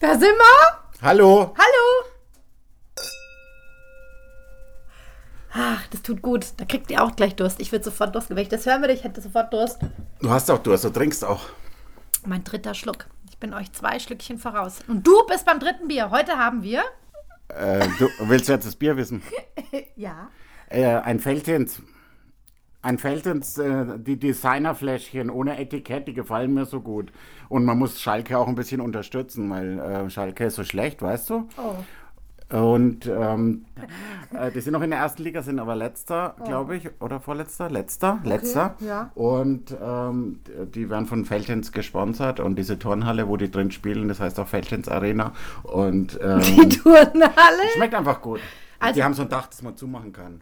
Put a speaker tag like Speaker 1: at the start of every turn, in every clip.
Speaker 1: Da sind wir.
Speaker 2: Hallo.
Speaker 1: Hallo. Ach, das tut gut. Da kriegt ihr auch gleich Durst. Ich würde sofort Durst. Wenn ich das hören würde, ich hätte sofort Durst.
Speaker 2: Du hast auch Durst, du trinkst auch.
Speaker 1: Mein dritter Schluck. Ich bin euch zwei Schlückchen voraus. Und du bist beim dritten Bier. Heute haben wir.
Speaker 2: Äh, du willst du jetzt das Bier wissen?
Speaker 1: Ja.
Speaker 2: Äh, ein Feldhins. Ein Feldhins, äh, die Designerfläschchen ohne Etikett, die gefallen mir so gut. Und man muss Schalke auch ein bisschen unterstützen, weil äh, Schalke ist so schlecht, weißt du?
Speaker 1: Oh.
Speaker 2: Und ähm, äh, die sind noch in der ersten Liga, sind aber letzter, glaube ich, oder vorletzter, letzter, letzter.
Speaker 1: ja.
Speaker 2: Und ähm, die werden von Feldhins gesponsert und diese Turnhalle, wo die drin spielen, das heißt auch Feldhins Arena. Und
Speaker 1: Die
Speaker 2: ähm,
Speaker 1: Turnhalle.
Speaker 2: schmeckt einfach gut.
Speaker 1: Also-
Speaker 2: die haben so ein Dach, das man zumachen kann.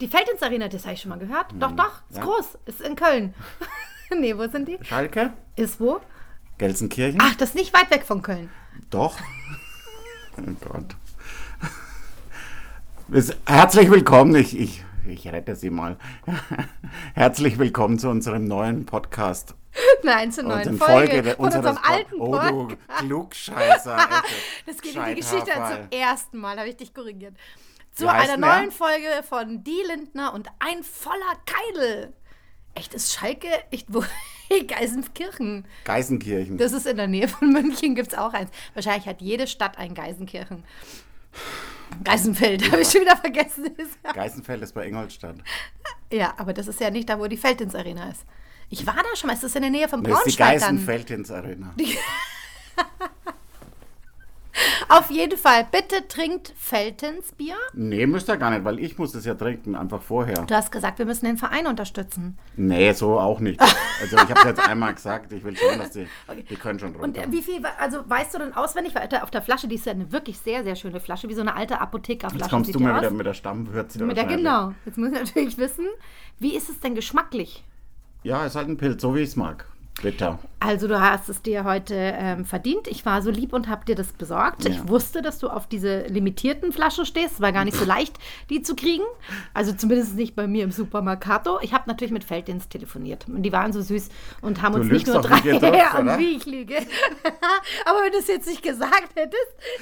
Speaker 1: Die Feldins Arena, das habe ich schon mal gehört. Doch, doch. Ist
Speaker 2: Hm. Ja.
Speaker 1: groß. Ist in Köln. nee, wo sind die?
Speaker 2: Schalke,
Speaker 1: Ist wo?
Speaker 2: Gelsenkirchen,
Speaker 1: Ach, das ist nicht weit weg von Köln.
Speaker 2: doch. oh Gott. Es- Herzlich willkommen, ich, ich, ich rette Sie mal. Herzlich willkommen zu unserem neuen Podcast.
Speaker 1: Nein, zur neuen
Speaker 2: in
Speaker 1: Folge.
Speaker 2: der-
Speaker 1: Von unserem
Speaker 2: unseres Pod-
Speaker 1: alten
Speaker 2: Oh, du
Speaker 1: Podcast.
Speaker 2: Klugscheißer. echt.
Speaker 1: Das geht in die Geschichte
Speaker 2: Scheithaferl.
Speaker 1: zum ersten Mal, habe ich dich korrigiert. Zu
Speaker 2: Wie heißt
Speaker 1: einer
Speaker 2: denn der?
Speaker 1: neuen Folge von Die Lindner und ein voller Keidel. Echt, ist Schalke echt wo? Geisenkirchen.
Speaker 2: Geisenkirchen.
Speaker 1: Das ist in der Nähe von München, gibt es auch eins. Wahrscheinlich hat jede Stadt ein Geisenkirchen. Geisenfeld, habe ich schon wieder vergessen.
Speaker 2: Geisenfeld ist bei Ingolstadt.
Speaker 1: Ja, aber das ist ja nicht da, wo die Feldins Arena ist. Ich war da schon mal, es ist in der Nähe von
Speaker 2: Das ist die
Speaker 1: Braunschweig dann.
Speaker 2: Geisenfeldins-Arena.
Speaker 1: Auf jeden Fall, bitte trinkt Feltins Bier.
Speaker 2: Nee, müsst ihr gar nicht, weil ich muss das ja trinken, einfach vorher.
Speaker 1: Du hast gesagt, wir müssen den Verein unterstützen.
Speaker 2: Nee, so auch nicht. Also ich habe es jetzt einmal gesagt, ich will schon, dass die, die können schon
Speaker 1: Und
Speaker 2: runter.
Speaker 1: äh, wie viel, also weißt du denn auswendig, weil da auf der Flasche, die ist ja eine wirklich sehr, sehr schöne Flasche, wie so eine alte Apothekerflasche.
Speaker 2: Jetzt kommst
Speaker 1: sieht
Speaker 2: du
Speaker 1: die
Speaker 2: mal
Speaker 1: aus.
Speaker 2: wieder mit der Stammwürze.
Speaker 1: Mit der,
Speaker 2: wahrscheinlich.
Speaker 1: genau. Jetzt muss ich natürlich wissen, wie ist es denn geschmacklich?
Speaker 2: Ja, ist halt ein Pilz, so wie ich es mag. Bitter.
Speaker 1: Also du hast es dir heute ähm, verdient. Ich war so lieb und habe dir das besorgt. Ich wusste, dass du auf diese limitierten Flaschen stehst. Es war gar nicht so leicht, die zu kriegen. Also zumindest nicht bei mir im Supermercato. Ich habe natürlich mit Felddienst telefoniert. Und die waren so süß und haben uns nicht
Speaker 2: lügst
Speaker 1: nur
Speaker 2: doch,
Speaker 1: drei
Speaker 2: wie ihr dürft,
Speaker 1: Ja, und
Speaker 2: oder?
Speaker 1: wie ich lüge. Aber wenn du es jetzt nicht gesagt hättest,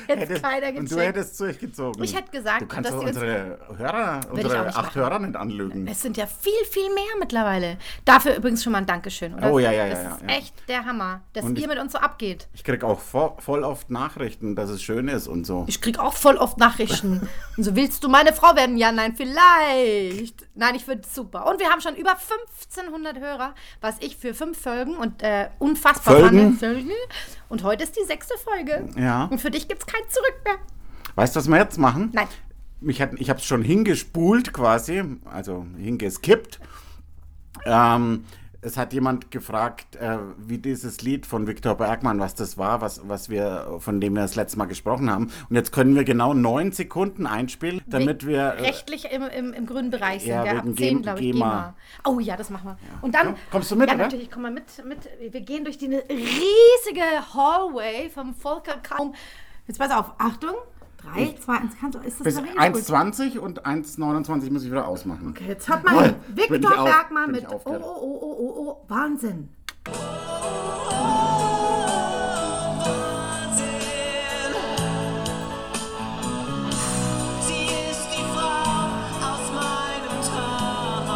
Speaker 1: hätte es
Speaker 2: Hättest-
Speaker 1: keiner
Speaker 2: und du
Speaker 1: gecheckt.
Speaker 2: hättest durchgezogen.
Speaker 1: Ich hätte gesagt,
Speaker 2: du kannst
Speaker 1: dass
Speaker 2: doch
Speaker 1: die uns-
Speaker 2: unsere Hörer,
Speaker 1: auch
Speaker 2: unsere
Speaker 1: nicht
Speaker 2: acht
Speaker 1: machen.
Speaker 2: Hörer nicht anlügen.
Speaker 1: Es sind ja viel, viel mehr mittlerweile. Dafür übrigens schon mal ein Dankeschön. Oder?
Speaker 2: Oh, ja, ja,
Speaker 1: das
Speaker 2: ja,
Speaker 1: ist
Speaker 2: ja.
Speaker 1: echt der Hammer, dass
Speaker 2: Und
Speaker 1: ihr
Speaker 2: ich-
Speaker 1: mit uns so abgeht.
Speaker 2: Ich krieg auch vo voll oft Nachrichten, dass es schön ist und so.
Speaker 1: Ich krieg auch voll oft Nachrichten. Und so willst du meine Frau werden? Ja, nein, vielleicht. Nein, ich finde super. Und wir haben schon über 1500 Hörer, was ich für fünf Folgen und äh, unfassbar
Speaker 2: Folgen?
Speaker 1: fand. Und heute ist die sechste Folge.
Speaker 2: Ja.
Speaker 1: Und für dich gibt's kein Zurück mehr.
Speaker 2: Weißt du, was wir jetzt machen?
Speaker 1: Nein.
Speaker 2: Mich hat, ich habe es schon hingespult quasi, also hingeskippt. Ähm, es hat jemand gefragt, äh, wie dieses Lied von Viktor Bergmann, was das war, was, was wir, von dem wir das letzte Mal gesprochen haben. Und jetzt können wir genau neun Sekunden einspielen, damit wir. Äh,
Speaker 1: Rechtlich im, im, im grünen Bereich sind.
Speaker 2: Ja,
Speaker 1: Ja, ab 10,
Speaker 2: wegen Gem-
Speaker 1: glaube ich. GEMA.
Speaker 2: GEMA.
Speaker 1: Oh ja, das machen wir. Und dann.
Speaker 2: Komm, kommst du mit,
Speaker 1: Ja,
Speaker 2: oder?
Speaker 1: natürlich, komm mal mit, mit. Wir gehen durch die ne, riesige Hallway vom Volker Kaum. Jetzt pass auf, Achtung. 3, 2, 1, kannst du. Ist das
Speaker 2: bis
Speaker 1: noch richtig gut?
Speaker 2: 1,20 und 1,29 muss ich wieder ausmachen.
Speaker 1: Okay, Jetzt hört mal
Speaker 2: Jawohl,
Speaker 1: hin. Viktor
Speaker 2: bin ich auf-
Speaker 1: Bergmann
Speaker 2: bin ich
Speaker 1: mit. Oh, oh,
Speaker 2: aufgehört.
Speaker 1: oh, oh, oh, oh, Wahnsinn.
Speaker 3: Sie ist die Frau aus meinem Traum.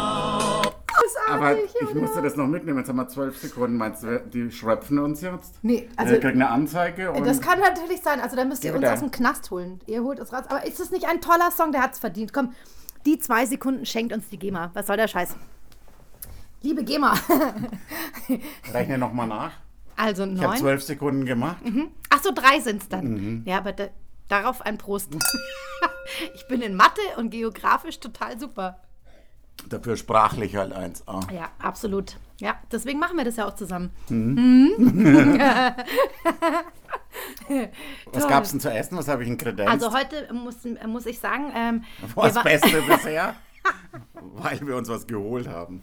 Speaker 2: Aber
Speaker 1: Großartig,
Speaker 2: ich
Speaker 1: oder?
Speaker 2: musste das noch mitnehmen. Jetzt haben wir 12 Sekunden. Meinst du, die schröpfen uns jetzt?
Speaker 1: Nee, also-
Speaker 2: also. Wir kriegen eine Anzeige und.
Speaker 1: Das kann natürlich sein. Also, da müsst ihr
Speaker 2: Ja,
Speaker 1: uns
Speaker 2: da.
Speaker 1: aus dem Knast holen. Ihr holt uns raus. Aber ist das nicht ein toller Song? Der hat's verdient. Komm, die zwei Sekunden schenkt uns die GEMA. Was soll der Scheiß? Liebe GEMA.
Speaker 2: Rechne nochmal nach.
Speaker 1: Also
Speaker 2: Ich habe
Speaker 1: neun. Mhm.
Speaker 2: zwölf Mhm. Sekunden gemacht.
Speaker 1: Ach so, drei sind's dann. Ja, aber da, darauf ein Prost. ich bin in Mathe und geografisch total super.
Speaker 2: Dafür sprachlich halt 1A.
Speaker 1: Ja, absolut. Ja, deswegen machen wir das ja auch zusammen.
Speaker 2: Mhm.
Speaker 1: Mhm.
Speaker 2: Was gab's denn zu essen? Was habe ich in Kredenz?
Speaker 1: Also heute muss, muss ich sagen, ähm,
Speaker 2: war das
Speaker 1: wir wa-
Speaker 2: Beste bisher, weil wir uns was geholt haben.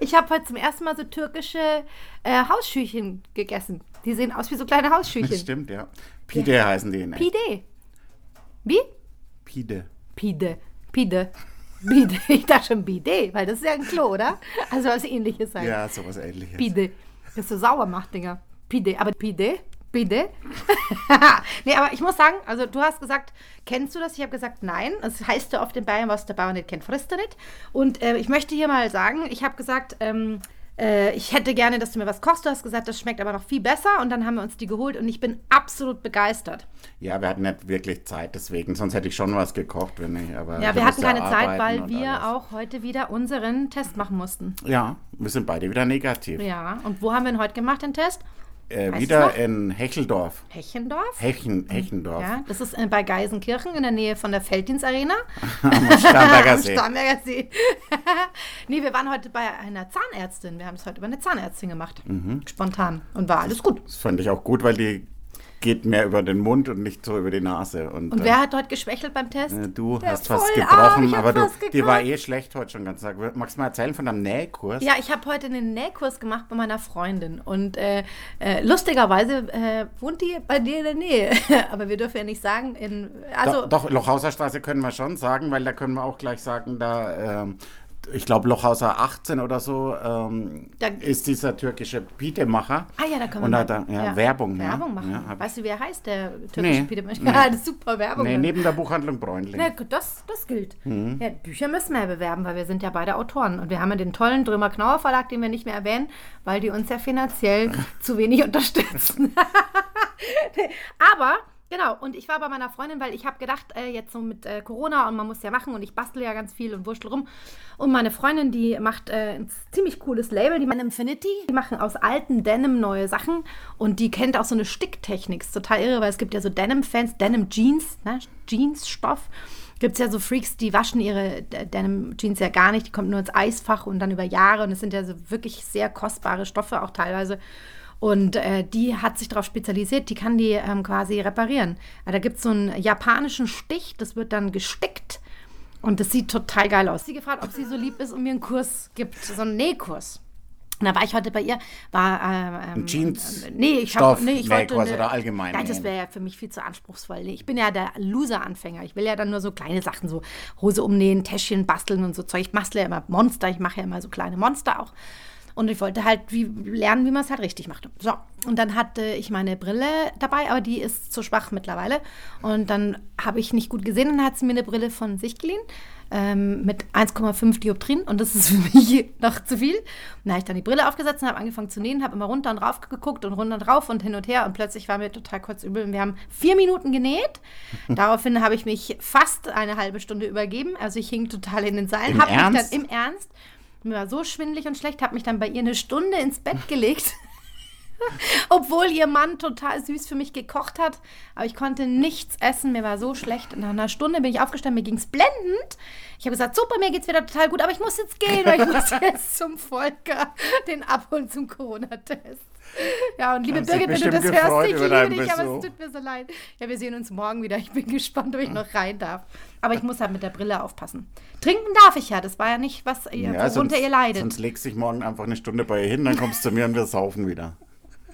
Speaker 1: ich habe heute zum ersten Mal so türkische äh, Hausschüchen gegessen. Die sehen aus wie so kleine
Speaker 2: Das
Speaker 1: Hausschüchen.
Speaker 2: stimmt, ja. Pide heißen die in echt.
Speaker 1: Pide. Wie?
Speaker 2: Pide.
Speaker 1: Pide. Pide. Bide. Ich dachte schon Bide, weil das ist ja ein Klo, oder? Also was ähnliches sein.
Speaker 2: Ja, sowas ähnliches.
Speaker 1: Pide. Das so sauer macht, Dinger. Pide. Aber Pide Bitte? nee, aber ich muss sagen, also du hast gesagt, kennst du das? Ich habe gesagt, nein. Das heißt ja oft in Bayern, was der Bauer nicht kennt, frisst er nicht. Und äh, ich möchte hier mal sagen, ich habe gesagt, ähm, äh, ich hätte gerne, dass du mir was kochst. Du hast gesagt, das schmeckt aber noch viel besser. Und dann haben wir uns die geholt und ich bin absolut begeistert.
Speaker 2: Ja, wir hatten nicht wirklich Zeit, deswegen, sonst hätte ich schon was gekocht, wenn ich, aber.
Speaker 1: Ja,
Speaker 2: du
Speaker 1: wir
Speaker 2: musst
Speaker 1: hatten keine Zeit,
Speaker 2: arbeiten
Speaker 1: weil
Speaker 2: und
Speaker 1: wir
Speaker 2: alles.
Speaker 1: auch heute wieder unseren Test machen mussten.
Speaker 2: Ja, wir sind beide wieder negativ.
Speaker 1: Ja, und wo haben wir ihn heute gemacht, den Test?
Speaker 2: Äh,
Speaker 1: Weißt
Speaker 2: wieder
Speaker 1: du noch?
Speaker 2: in Hecheldorf.
Speaker 1: Hechendorf?
Speaker 2: Hechen, Hechendorf.
Speaker 1: Ja, das ist äh, bei Geisenkirchen in der Nähe von der Felddienstarena.
Speaker 2: Am Starnberger
Speaker 1: Am
Speaker 2: See.
Speaker 1: Starnberger See. nee, wir waren heute bei einer Zahnärztin. Wir haben es heute über eine Zahnärztin gemacht.
Speaker 2: Mhm.
Speaker 1: Spontan. Und war alles gut.
Speaker 2: Das fand ich auch gut, weil die geht mehr über den Mund und nicht so über die Nase. Und,
Speaker 1: Und wer hat heute geschwächelt beim Test?
Speaker 2: äh, du
Speaker 1: Der
Speaker 2: hast was
Speaker 1: Vollarm,
Speaker 2: gebrochen,
Speaker 1: ich hab
Speaker 2: aber du,
Speaker 1: was
Speaker 2: die war
Speaker 1: gekocht.
Speaker 2: eh schlecht heute schon ganz Tag. Magst du mal erzählen von deinem Nähkurs?
Speaker 1: Ja, ich habe heute einen Nähkurs gemacht bei meiner Freundin. Und äh, äh, lustigerweise äh, wohnt die bei dir in der Nähe. aber wir dürfen ja nicht sagen, in, also
Speaker 2: doch, doch, Lochhauser Straße können wir schon sagen, weil da können wir auch gleich sagen, da, ähm, ich glaube, Lochhauser 18 oder so ähm,
Speaker 1: Da-
Speaker 2: ist dieser türkische Pietemacher.
Speaker 1: Ah ja, da können wir
Speaker 2: Und
Speaker 1: mal-
Speaker 2: hat da, ja, Werbung. ne?
Speaker 1: Werbung machen.
Speaker 2: Ja, hab-
Speaker 1: weißt du, wie er heißt, der türkische
Speaker 2: Nee,
Speaker 1: Pidemensch?
Speaker 2: nee.
Speaker 1: Ja, das ist super Werbung.
Speaker 2: nee,
Speaker 1: dann.
Speaker 2: neben der Buchhandlung Bräunling.
Speaker 1: Na gut, das, das gilt. Ja, Bücher müssen wir ja bewerben, weil wir sind ja beide Autoren. Und wir haben ja den tollen Drömer Knauer Verlag, den wir nicht mehr erwähnen, weil die uns ja finanziell zu wenig unterstützen. Nee, Aber, genau, und ich war bei meiner Freundin, weil ich habe gedacht, äh, jetzt so mit äh, Corona und man muss ja machen und ich bastel ja ganz viel und wurschtel rum. Und meine Freundin, die macht äh, ein ziemlich cooles Label, die macht Infinity. Die machen aus alten Denim neue Sachen und die kennt auch so eine Sticktechnik. Ist total irre, weil es gibt ja so Denim-Fans, Denim-Jeans, ne? Jeans-Stoff. Gibt es ja so Freaks, die waschen ihre D- Denim-Jeans ja gar nicht, die kommt nur ins Eisfach und dann über Jahre und es sind ja so wirklich sehr kostbare Stoffe auch teilweise. Und äh, die hat sich darauf spezialisiert, die kann die ähm, quasi reparieren. Aber da gibt es so einen japanischen Stich, das wird dann gestickt und das sieht total geil aus. Sie gefragt, ob sie so lieb ist und mir einen Kurs gibt, so einen Nähkurs. Und da war ich heute bei ihr, war ähm, ähm,
Speaker 2: Jeans-
Speaker 1: äh, Nee, ich
Speaker 2: Stoff-
Speaker 1: habe nee, ich wollte
Speaker 2: Nähkurs
Speaker 1: eine-
Speaker 2: oder allgemein
Speaker 1: Nein, das
Speaker 2: nähen.
Speaker 1: wäre ja für mich viel zu anspruchsvoll. Nee, Ich bin ja der Loser-Anfänger. Ich will ja dann nur so kleine Sachen, so Hose umnähen, Täschchen basteln und so Zeug. Ich bastle ja immer Monster. Ich mache ja immer so kleine Monster auch. Und ich wollte halt wie, lernen, wie man es halt richtig macht. So, und dann hatte ich meine Brille dabei, aber die ist zu schwach mittlerweile. Und dann habe ich nicht gut gesehen und dann hat sie mir eine Brille von sich geliehen ähm, mit 1,5 Dioptrien und das ist für mich noch zu viel. Und dann habe ich dann die Brille aufgesetzt und habe angefangen zu nähen, habe immer runter und rauf geguckt und runter und rauf und hin und her und plötzlich war mir total kurz übel und wir haben vier Minuten genäht. Daraufhin habe ich mich fast eine halbe Stunde übergeben, also ich hing total in den Seilen.
Speaker 2: Im
Speaker 1: hab mich dann-
Speaker 2: Ernst?
Speaker 1: Im Ernst. Mir war so schwindelig und schlecht, habe mich dann bei ihr eine Stunde ins Bett gelegt. Obwohl ihr Mann total süß für mich gekocht hat, aber ich konnte nichts essen, mir war so schlecht. Nach einer Stunde bin ich aufgestanden, mir ging es blendend. Ich habe gesagt, super, mir geht's wieder total gut, aber ich muss jetzt gehen, weil ich muss jetzt zum Volker den abholen zum Corona-Test. Ja, und liebe
Speaker 2: Haben sich
Speaker 1: Birgit, wenn du das
Speaker 2: bestimmt
Speaker 1: hörst,
Speaker 2: gefreut
Speaker 1: ich
Speaker 2: über
Speaker 1: liebe
Speaker 2: deinen
Speaker 1: dich, aber
Speaker 2: Besuch.
Speaker 1: es tut mir so leid. Ja, wir sehen uns morgen wieder. Ich bin gespannt, ob ich noch rein darf. Aber ich muss halt mit der Brille aufpassen. Trinken darf ich ja, das war ja nicht, was ihr, worunter also ihr leidet.
Speaker 2: Sonst legst du dich morgen einfach eine Stunde bei ihr hin, dann kommst du zu mir und wir saufen wieder.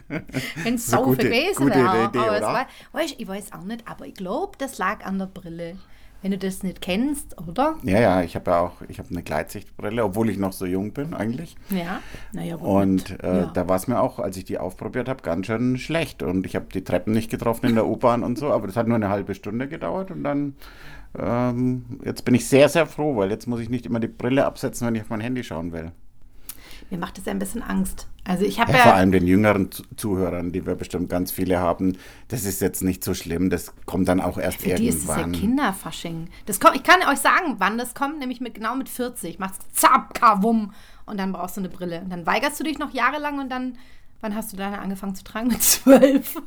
Speaker 1: Wenn es
Speaker 2: ist eine
Speaker 1: so
Speaker 2: gute-
Speaker 1: gewesen
Speaker 2: gute
Speaker 1: wäre.
Speaker 2: Idee,
Speaker 1: aber es
Speaker 2: oder?
Speaker 1: war, weißt, ich weiß auch nicht, aber ich glaube, das lag an der Brille. Wenn du das nicht kennst, oder?
Speaker 2: Ja, ja, ich habe ja auch, ich habe eine Gleitsichtbrille, obwohl ich noch so jung bin eigentlich.
Speaker 1: Ja. Naja, gut.
Speaker 2: Und äh,
Speaker 1: Ja.
Speaker 2: da war es mir auch, als ich die aufprobiert habe, ganz schön schlecht. Und ich habe die Treppen nicht getroffen in der U-Bahn und so, aber das hat nur eine halbe Stunde gedauert. Und dann, ähm, jetzt bin ich sehr, sehr froh, weil jetzt muss ich nicht immer die Brille absetzen, wenn ich auf mein Handy schauen will.
Speaker 1: Mir macht das ja ein bisschen Angst. Also ich habe
Speaker 2: Ja, vor
Speaker 1: ja.
Speaker 2: allem den jüngeren Zu- Zuhörern, die wir bestimmt ganz viele haben, das ist jetzt nicht so schlimm, das kommt dann auch erst
Speaker 1: Für die ist es ja
Speaker 2: irgendwann.
Speaker 1: Kinderfasching. Das kommt, ich kann euch sagen, wann das kommt, nämlich mit, genau mit 40. Machst zapp, kawum und dann brauchst du eine Brille. Und dann weigerst du dich noch jahrelang und dann, wann hast du deine angefangen zu tragen? Mit 12.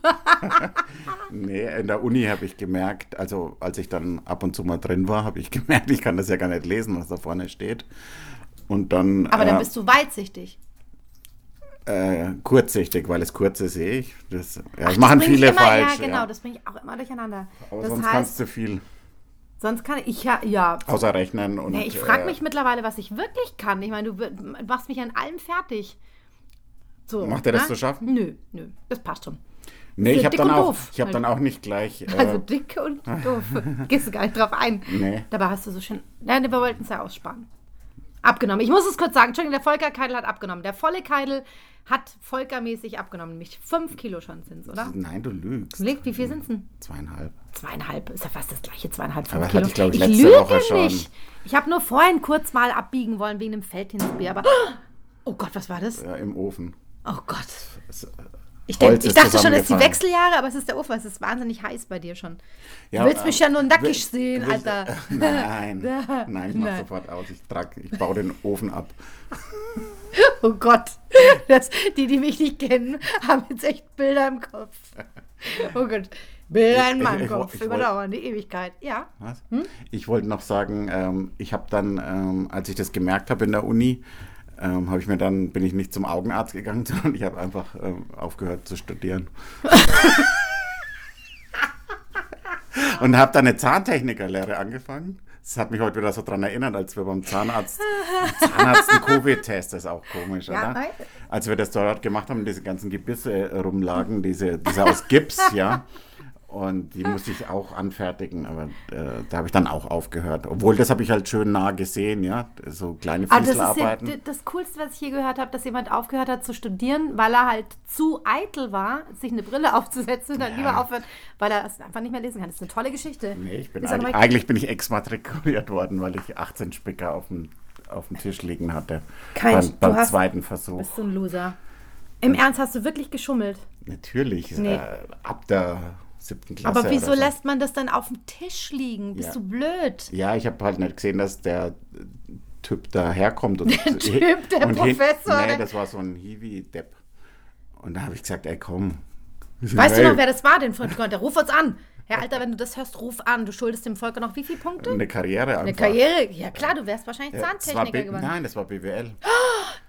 Speaker 2: Nee, in der Uni habe ich gemerkt, also als ich dann ab und zu mal drin war, habe ich gemerkt, ich kann das ja gar nicht lesen, was da vorne steht. Und dann,
Speaker 1: Aber dann
Speaker 2: äh,
Speaker 1: bist du weitsichtig.
Speaker 2: äh, kurzsichtig, weil das kurze sehe ich. Das, ja, das
Speaker 1: Ach,
Speaker 2: machen
Speaker 1: bring ich
Speaker 2: viele
Speaker 1: immer,
Speaker 2: falsch.
Speaker 1: Ja, genau,
Speaker 2: ja.
Speaker 1: das bringe ich auch immer durcheinander.
Speaker 2: Aber
Speaker 1: das
Speaker 2: sonst
Speaker 1: heißt,
Speaker 2: kannst du viel
Speaker 1: sonst kann ich ja, ja.
Speaker 2: außer rechnen und.
Speaker 1: Nee, ich frage
Speaker 2: äh,
Speaker 1: mich mittlerweile, was ich wirklich kann. Ich meine, du wir- machst mich an allem fertig. So,
Speaker 2: Macht dir das
Speaker 1: ne?
Speaker 2: zu schaffen?
Speaker 1: Nö, nö, das passt schon.
Speaker 2: Nee, ich
Speaker 1: für
Speaker 2: habe
Speaker 1: dick
Speaker 2: dann,
Speaker 1: und
Speaker 2: auch-
Speaker 1: doof
Speaker 2: ich hab
Speaker 1: halt.
Speaker 2: dann auch nicht gleich. Äh,
Speaker 1: Also dick und doof. Gehst du gar nicht drauf ein.
Speaker 2: Nee.
Speaker 1: Dabei hast du so schön. Nein, wir wollten es ja aussparen. Abgenommen. Ich muss es kurz sagen. Entschuldigung, der Volker Keidel hat abgenommen. Der volle Keidel hat Volkermäßig abgenommen. Nämlich fünf Kilo schon sind oder?
Speaker 2: Nein, du lügst.
Speaker 1: Link, wie viel sind's denn?
Speaker 2: Zweieinhalb.
Speaker 1: Zweieinhalb. Ist ja fast das gleiche. Zweieinhalb, fünf
Speaker 2: Aber das
Speaker 1: Kilo.
Speaker 2: hatte ich, glaub ich, letzte Woche schon.
Speaker 1: nicht. Ich habe nur vorhin kurz mal abbiegen wollen wegen dem Feldhinsbier. Aber oh Gott, was war das?
Speaker 2: Ja, äh, Im Ofen.
Speaker 1: Oh Gott.
Speaker 2: Es, äh,
Speaker 1: Ich,
Speaker 2: Holz
Speaker 1: denk, ich
Speaker 2: ist
Speaker 1: dachte schon, es sind die
Speaker 2: zusammengefallen.
Speaker 1: Wechseljahre, aber es ist der Ofen. Es ist wahnsinnig heiß bei dir schon.
Speaker 2: Ja,
Speaker 1: du willst
Speaker 2: äh,
Speaker 1: mich ja nur nackig
Speaker 2: will-
Speaker 1: sehen,
Speaker 2: will-
Speaker 1: Alter.
Speaker 2: Nein, nein, ich mach
Speaker 1: Nein.
Speaker 2: sofort aus. Ich, trag, ich baue den Ofen ab.
Speaker 1: Oh Gott. Das, die, die mich nicht kennen, haben jetzt echt Bilder im Kopf. Oh Gott. Bilder in
Speaker 2: Ich-
Speaker 1: meinem
Speaker 2: ich- ich woll-
Speaker 1: Kopf.
Speaker 2: ich woll-
Speaker 1: Überdauern, die Ewigkeit. Ja.
Speaker 2: Was? Ich wollte noch sagen, ähm, ich habe dann, ähm, als ich das gemerkt habe in der Uni, ähm, habe ich mir dann, bin ich nicht zum Augenarzt gegangen, sondern ich habe einfach ähm, aufgehört zu studieren. Und habe dann eine Zahntechnikerlehre angefangen. Das hat mich heute wieder so dran erinnert, als wir beim Zahnarzt, Zahnarzt einen Covid-Test, das ist auch komisch,
Speaker 1: Ja,
Speaker 2: oder?
Speaker 1: nein.
Speaker 2: Als wir das dort gemacht haben, diese ganzen Gebisse äh, rumlagen, diese, diese aus Gips, ja. Und die musste ich auch anfertigen, aber äh, da habe ich dann auch aufgehört. Obwohl, das habe ich halt schön nah gesehen, ja. So kleine
Speaker 1: Ah, das ist ja
Speaker 2: Fieselarbeiten.
Speaker 1: d- das Coolste, was ich hier gehört habe, dass jemand aufgehört hat zu studieren, weil er halt zu eitel war, sich eine Brille aufzusetzen und dann
Speaker 2: Ja.
Speaker 1: lieber aufhört, weil er es einfach nicht mehr lesen kann. Das ist eine tolle Geschichte.
Speaker 2: Nee, ich bin
Speaker 1: Ist
Speaker 2: eigentlich,
Speaker 1: aber-
Speaker 2: eigentlich bin ich exmatrikuliert worden, weil ich 18 Spicker auf dem, auf dem Tisch liegen hatte.
Speaker 1: Kein-
Speaker 2: beim
Speaker 1: du
Speaker 2: beim
Speaker 1: hast-
Speaker 2: zweiten Versuch.
Speaker 1: Bist du ein Loser. Im Ernst hast du wirklich geschummelt.
Speaker 2: Natürlich,
Speaker 1: Nee.
Speaker 2: äh, ab der siebten Klasse.
Speaker 1: Aber wieso
Speaker 2: oder so.
Speaker 1: lässt man das dann auf dem Tisch liegen? Bist
Speaker 2: Ja.
Speaker 1: du blöd?
Speaker 2: Ja, ich habe halt nicht gesehen, dass der äh, Typ da herkommt. Und der
Speaker 1: Typ, der Professor,
Speaker 2: Hin, nee,
Speaker 1: ne?
Speaker 2: das war so ein Hiwi-Depp. Und da habe ich gesagt, ey, komm.
Speaker 1: Weißt
Speaker 2: Ey,
Speaker 1: du noch, wer das war, den Freund? Der ruf uns an. Herr Alter, wenn du das hörst, ruf an. Du schuldest dem Volker noch wie viele Punkte?
Speaker 2: Eine Karriere
Speaker 1: Eine
Speaker 2: Äh, einfach.
Speaker 1: Karriere? Ja klar, du wärst wahrscheinlich
Speaker 2: Ja, das war
Speaker 1: Zahntechniker
Speaker 2: B-
Speaker 1: geworden.
Speaker 2: Nein, das war BWL.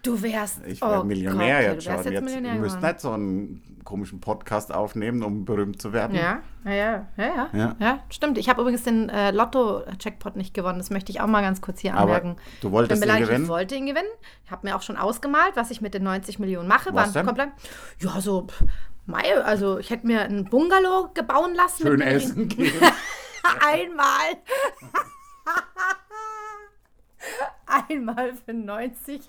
Speaker 1: Du wärst.
Speaker 2: Ich wäre
Speaker 1: oh
Speaker 2: Millionär
Speaker 1: Gott,
Speaker 2: jetzt
Speaker 1: Du wärst
Speaker 2: schon.
Speaker 1: jetzt,
Speaker 2: Jetzt,
Speaker 1: Millionär
Speaker 2: ihr müsst
Speaker 1: geworden.
Speaker 2: nicht so einen komischen Podcast aufnehmen, um berühmt zu werden.
Speaker 1: Ja, ja, ja, ja, ja.
Speaker 2: Ja.
Speaker 1: ja stimmt. Ich habe übrigens den äh, Lotto-Jackpot nicht gewonnen. Das möchte ich auch mal ganz kurz hier
Speaker 2: Aber
Speaker 1: anmerken.
Speaker 2: du wolltest
Speaker 1: Ich bin
Speaker 2: ihn
Speaker 1: beleidigt,
Speaker 2: gewinnen?
Speaker 1: Ich wollte ihn gewinnen. Ich habe mir auch schon ausgemalt, was ich mit den 90 Millionen mache.
Speaker 2: Was denn?
Speaker 1: komplett, ja, so, pff, mei, also ich hätte mir einen Bungalow gebauen lassen.
Speaker 2: Schön
Speaker 1: mit
Speaker 2: essen gehen.
Speaker 1: Einmal. Einmal für 90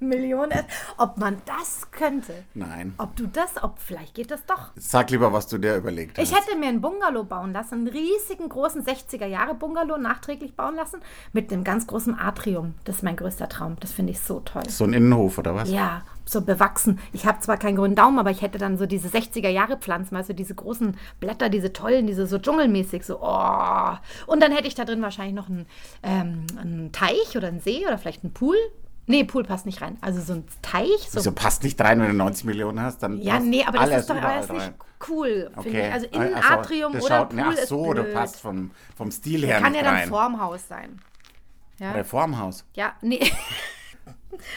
Speaker 1: Millionen. Ob man das könnte.
Speaker 2: Nein.
Speaker 1: Ob du das, ob vielleicht geht das doch.
Speaker 2: Sag lieber, was du dir überlegt hast.
Speaker 1: Ich hätte mir einen Bungalow bauen lassen, einen riesigen großen 60er Jahre Bungalow nachträglich bauen lassen mit einem ganz großen Atrium. Das ist mein größter Traum. Das finde ich so toll.
Speaker 2: so ein Innenhof oder was?
Speaker 1: Ja, so bewachsen. Ich habe zwar keinen grünen Daumen, aber ich hätte dann so diese 60er Jahre Pflanzen, also diese großen Blätter, diese tollen, diese so dschungelmäßig, so oh. Und dann hätte ich da drin wahrscheinlich noch einen, ähm, einen Teich oder einen See oder vielleicht einen Pool. Nee, Pool passt nicht rein. Also so ein Teich, so
Speaker 2: Wieso passt nicht rein, wenn du 90 Millionen hast? Dann
Speaker 1: ja,
Speaker 2: passt
Speaker 1: nee, aber
Speaker 2: alles
Speaker 1: das ist doch
Speaker 2: überall
Speaker 1: alles nicht
Speaker 2: rein.
Speaker 1: cool, finde
Speaker 2: Okay.
Speaker 1: ich. Also
Speaker 2: Ach so,
Speaker 1: Innenatrium
Speaker 2: das
Speaker 1: oder
Speaker 2: schaut-
Speaker 1: Pool
Speaker 2: nee, Ach so,
Speaker 1: ist blöd.
Speaker 2: du passt vom, vom Stil her
Speaker 1: Kann ja
Speaker 2: nicht
Speaker 1: dann
Speaker 2: rein. Äh,
Speaker 1: Formhaus sein. Ja,
Speaker 2: Reformhaus.
Speaker 1: ja nee.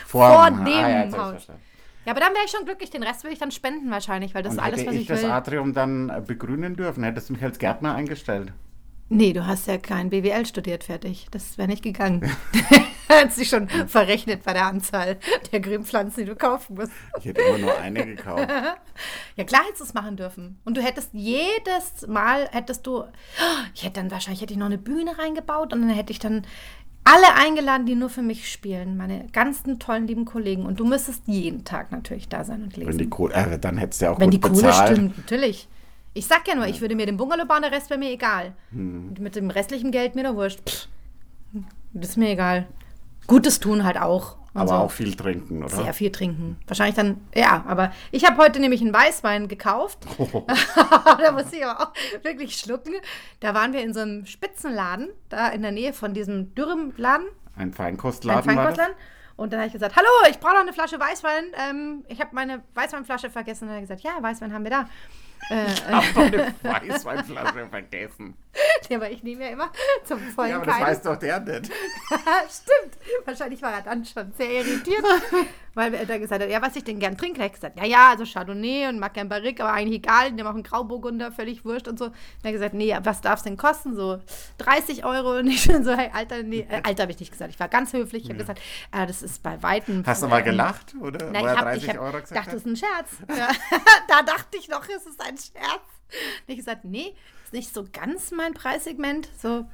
Speaker 2: Vor,
Speaker 1: dem
Speaker 2: Ah, jetzt hab ich's
Speaker 1: Haus.
Speaker 2: verstanden.
Speaker 1: ja, aber dann wäre ich schon glücklich. Den Rest würde ich dann spenden wahrscheinlich, weil das
Speaker 2: Und
Speaker 1: ist alles,
Speaker 2: hätte
Speaker 1: was
Speaker 2: ich,
Speaker 1: ich
Speaker 2: das
Speaker 1: will.
Speaker 2: Atrium dann äh, begrünen dürfen, hättest du mich als Gärtner eingestellt.
Speaker 1: Nee, du hast ja kein BWL studiert, fertig. Das wäre nicht gegangen. Der hat sich schon verrechnet bei der Anzahl der Grünpflanzen, die du kaufen musst.
Speaker 2: Ich hätte immer nur eine gekauft.
Speaker 1: Ja, klar hättest du es machen dürfen. Und du hättest jedes Mal, hättest du, ich hätte dann wahrscheinlich hätte ich noch eine Bühne reingebaut und dann hätte ich dann alle eingeladen, die nur für mich spielen. Meine ganzen tollen, lieben Kollegen. Und du müsstest jeden Tag natürlich da sein und lesen.
Speaker 2: Wenn die Kohle, äh, dann hättest du ja auch
Speaker 1: Wenn
Speaker 2: gut
Speaker 1: die Kohle
Speaker 2: bezahlt.
Speaker 1: stimmt, natürlich. Ich sag ja nur, ich würde mir den Bungalow bauen, der Rest wäre mir egal.
Speaker 2: Hm.
Speaker 1: Und mit dem restlichen Geld mir doch wurscht. Pff, das ist mir egal. Gutes tun halt auch. und
Speaker 2: Aber
Speaker 1: so.
Speaker 2: auch viel trinken, oder?
Speaker 1: Sehr viel trinken. Wahrscheinlich dann, ja, aber ich habe heute nämlich einen Weißwein gekauft. da muss ich aber auch wirklich schlucken. Da waren wir in so einem Spitzenladen, da in der Nähe von diesem Dürremladen,
Speaker 2: Ein
Speaker 1: ein
Speaker 2: Feinkostladen war das?
Speaker 1: Feinkostladen. Und dann habe ich gesagt, hallo, ich brauche noch eine Flasche Weißwein. Ähm, ich habe meine Weißweinflasche vergessen. Und dann hat er gesagt, ja, Weißwein haben wir da.
Speaker 2: Hab eine Weißweinflasche vergessen.
Speaker 1: Der war ich nehme ja immer zum vollen
Speaker 2: Ja, aber das
Speaker 1: Keil.
Speaker 2: weiß doch der nicht.
Speaker 1: Stimmt. Wahrscheinlich war er dann schon sehr irritiert, weil er dann gesagt hat, ja, was ich denn gern trinke. Er hat gesagt, ja, ja, also Chardonnay und mag gern Barrique, aber eigentlich egal, nimm auch einen Grauburgunder, völlig wurscht und so. Und er hat gesagt, nee, was darf es denn kosten? So 30 Euro und ich schon so, hey, Alter, nee, äh, Alter habe ich nicht gesagt. Ich war ganz höflich. Ich habe gesagt, äh, das ist bei Weitem.
Speaker 2: Hast du mal gelacht, oder?
Speaker 1: Nein,
Speaker 2: Äh, Wo
Speaker 1: ich
Speaker 2: er
Speaker 1: hab, ich
Speaker 2: 30
Speaker 1: hab,
Speaker 2: Euro gesagt
Speaker 1: dachte,
Speaker 2: hat?
Speaker 1: es ist ein Scherz. Ja. da dachte ich noch, es ist ein Scherz. Und ich gesagt, nee, ist nicht so ganz mein Preissegment. So,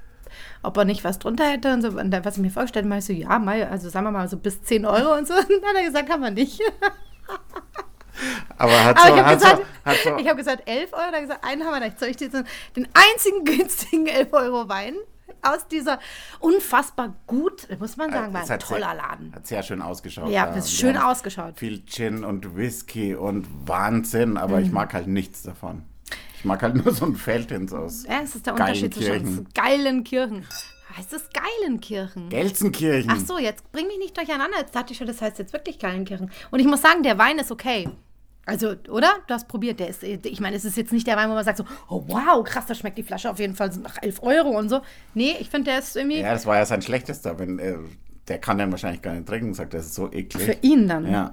Speaker 1: ob er nicht was drunter hätte und so. Und dann, was ich mir vorgestellt habe, meinte ich so, ja, mal, also sagen wir mal so bis 10 Euro und so. Und dann hat er gesagt, haben wir nicht.
Speaker 2: Aber hat
Speaker 1: Aber
Speaker 2: so,
Speaker 1: ich habe
Speaker 2: hat so,
Speaker 1: gesagt,
Speaker 2: hat so,
Speaker 1: ich hab gesagt 11 Euro, dann gesagt, einen haben wir nicht. Soll ich dir jetzt den einzigen günstigen 11 Euro Wein aus dieser unfassbar gut, muss man sagen, war
Speaker 2: es
Speaker 1: ein
Speaker 2: hat
Speaker 1: toller
Speaker 2: sehr,
Speaker 1: Laden.
Speaker 2: Hat sehr schön ausgeschaut.
Speaker 1: Ja,
Speaker 2: da.
Speaker 1: das ist
Speaker 2: Wir
Speaker 1: schön
Speaker 2: haben
Speaker 1: ausgeschaut.
Speaker 2: Viel Gin und Whisky und Wahnsinn, aber
Speaker 1: Mhm.
Speaker 2: ich mag halt nichts davon. Ich mag halt nur so ein Feldhins aus.
Speaker 1: Ja, es ist der
Speaker 2: geilen
Speaker 1: Unterschied
Speaker 2: Kirchen.
Speaker 1: zwischen geilen Kirchen. Heißt es geilen Kirchen?
Speaker 2: Gelsenkirchen.
Speaker 1: Ach so, jetzt bring mich nicht durcheinander. Jetzt dachte ich schon, das heißt jetzt wirklich geilen Kirchen. Und ich muss sagen, der Wein ist okay. Also, oder? Du hast probiert. Der ist, ich meine, es ist jetzt nicht der Wein, wo man sagt so, oh wow, krass, da schmeckt die Flasche auf jeden Fall so nach 11 Euro und so. Nee, ich finde, der ist irgendwie
Speaker 2: Ja, das war ja sein schlechtester. Wenn, äh, der kann den wahrscheinlich gar nicht trinken, sagt, das ist so eklig.
Speaker 1: für ihn dann.
Speaker 2: Ja.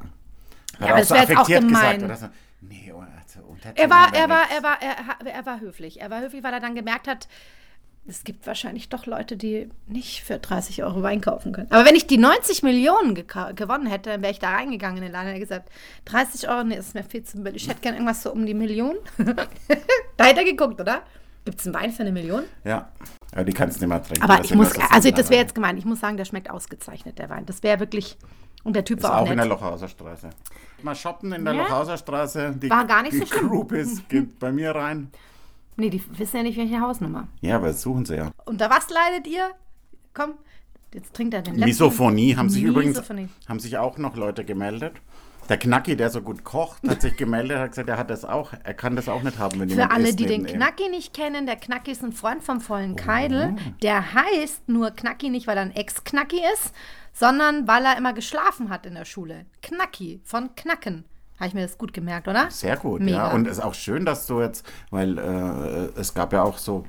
Speaker 2: Hat
Speaker 1: aber das wär jetzt auch gemein.
Speaker 2: oder so. Nee, oh, also unter
Speaker 1: Er war, er
Speaker 2: Zehn
Speaker 1: war,
Speaker 2: wäre
Speaker 1: er war, er, ha- er war höflich. Er war höflich, weil er dann gemerkt hat, es gibt wahrscheinlich doch Leute, die nicht für 30 Euro Wein kaufen können. Aber wenn ich die 90 Millionen geka- gewonnen hätte, dann wäre ich da reingegangen in den Laden und hätte gesagt, 30 Euro, nee, ist mir viel zu billig. Ich hätte gern irgendwas so um die Million. da hätte er geguckt, oder? Gibt es einen Wein für eine Million?
Speaker 2: nix. Ja. Aber die kannst du nicht mehr trinken.
Speaker 1: Aber ich
Speaker 2: deswegen
Speaker 1: muss,
Speaker 2: ist das
Speaker 1: also
Speaker 2: so
Speaker 1: das wäre
Speaker 2: langweilig.
Speaker 1: jetzt gemeint. Ich muss sagen, der schmeckt ausgezeichnet, der Wein. Das wäre wirklich, und der Typ
Speaker 2: Ist
Speaker 1: war
Speaker 2: auch
Speaker 1: auch
Speaker 2: in der
Speaker 1: nett.
Speaker 2: Lochhauser Straße. Mal shoppen in der
Speaker 1: Ja.
Speaker 2: Lochhauser Straße. Die,
Speaker 1: War gar nicht
Speaker 2: die
Speaker 1: so schlimm.
Speaker 2: Group ist, geht bei mir rein.
Speaker 1: Nee, die wissen ja nicht, welche Hausnummer.
Speaker 2: Ja, aber das suchen sie ja.
Speaker 1: Unter was leidet ihr? Komm, jetzt trinkt er den letzten.
Speaker 2: Misophonie haben sich übrigens
Speaker 1: Misophonie.
Speaker 2: haben sich auch noch Leute gemeldet. Der Knacki, der so gut kocht, hat sich gemeldet, hat gesagt, er hat das auch, er kann das auch nicht haben, wenn
Speaker 1: Für
Speaker 2: jemand
Speaker 1: alle,
Speaker 2: isst
Speaker 1: die den
Speaker 2: neben ihm.
Speaker 1: Knacki nicht kennen, der Knacki ist ein Freund vom vollen Keidel. Der heißt nur Knacki nicht, weil er ein Ex-Knacki ist, sondern weil er immer geschlafen hat in der Schule. Knacki von Knacken. Habe ich mir das gut gemerkt, oder?
Speaker 2: Sehr gut,
Speaker 1: Mega.
Speaker 2: ja. Und es ist auch schön, dass du jetzt, weil äh, es gab ja auch so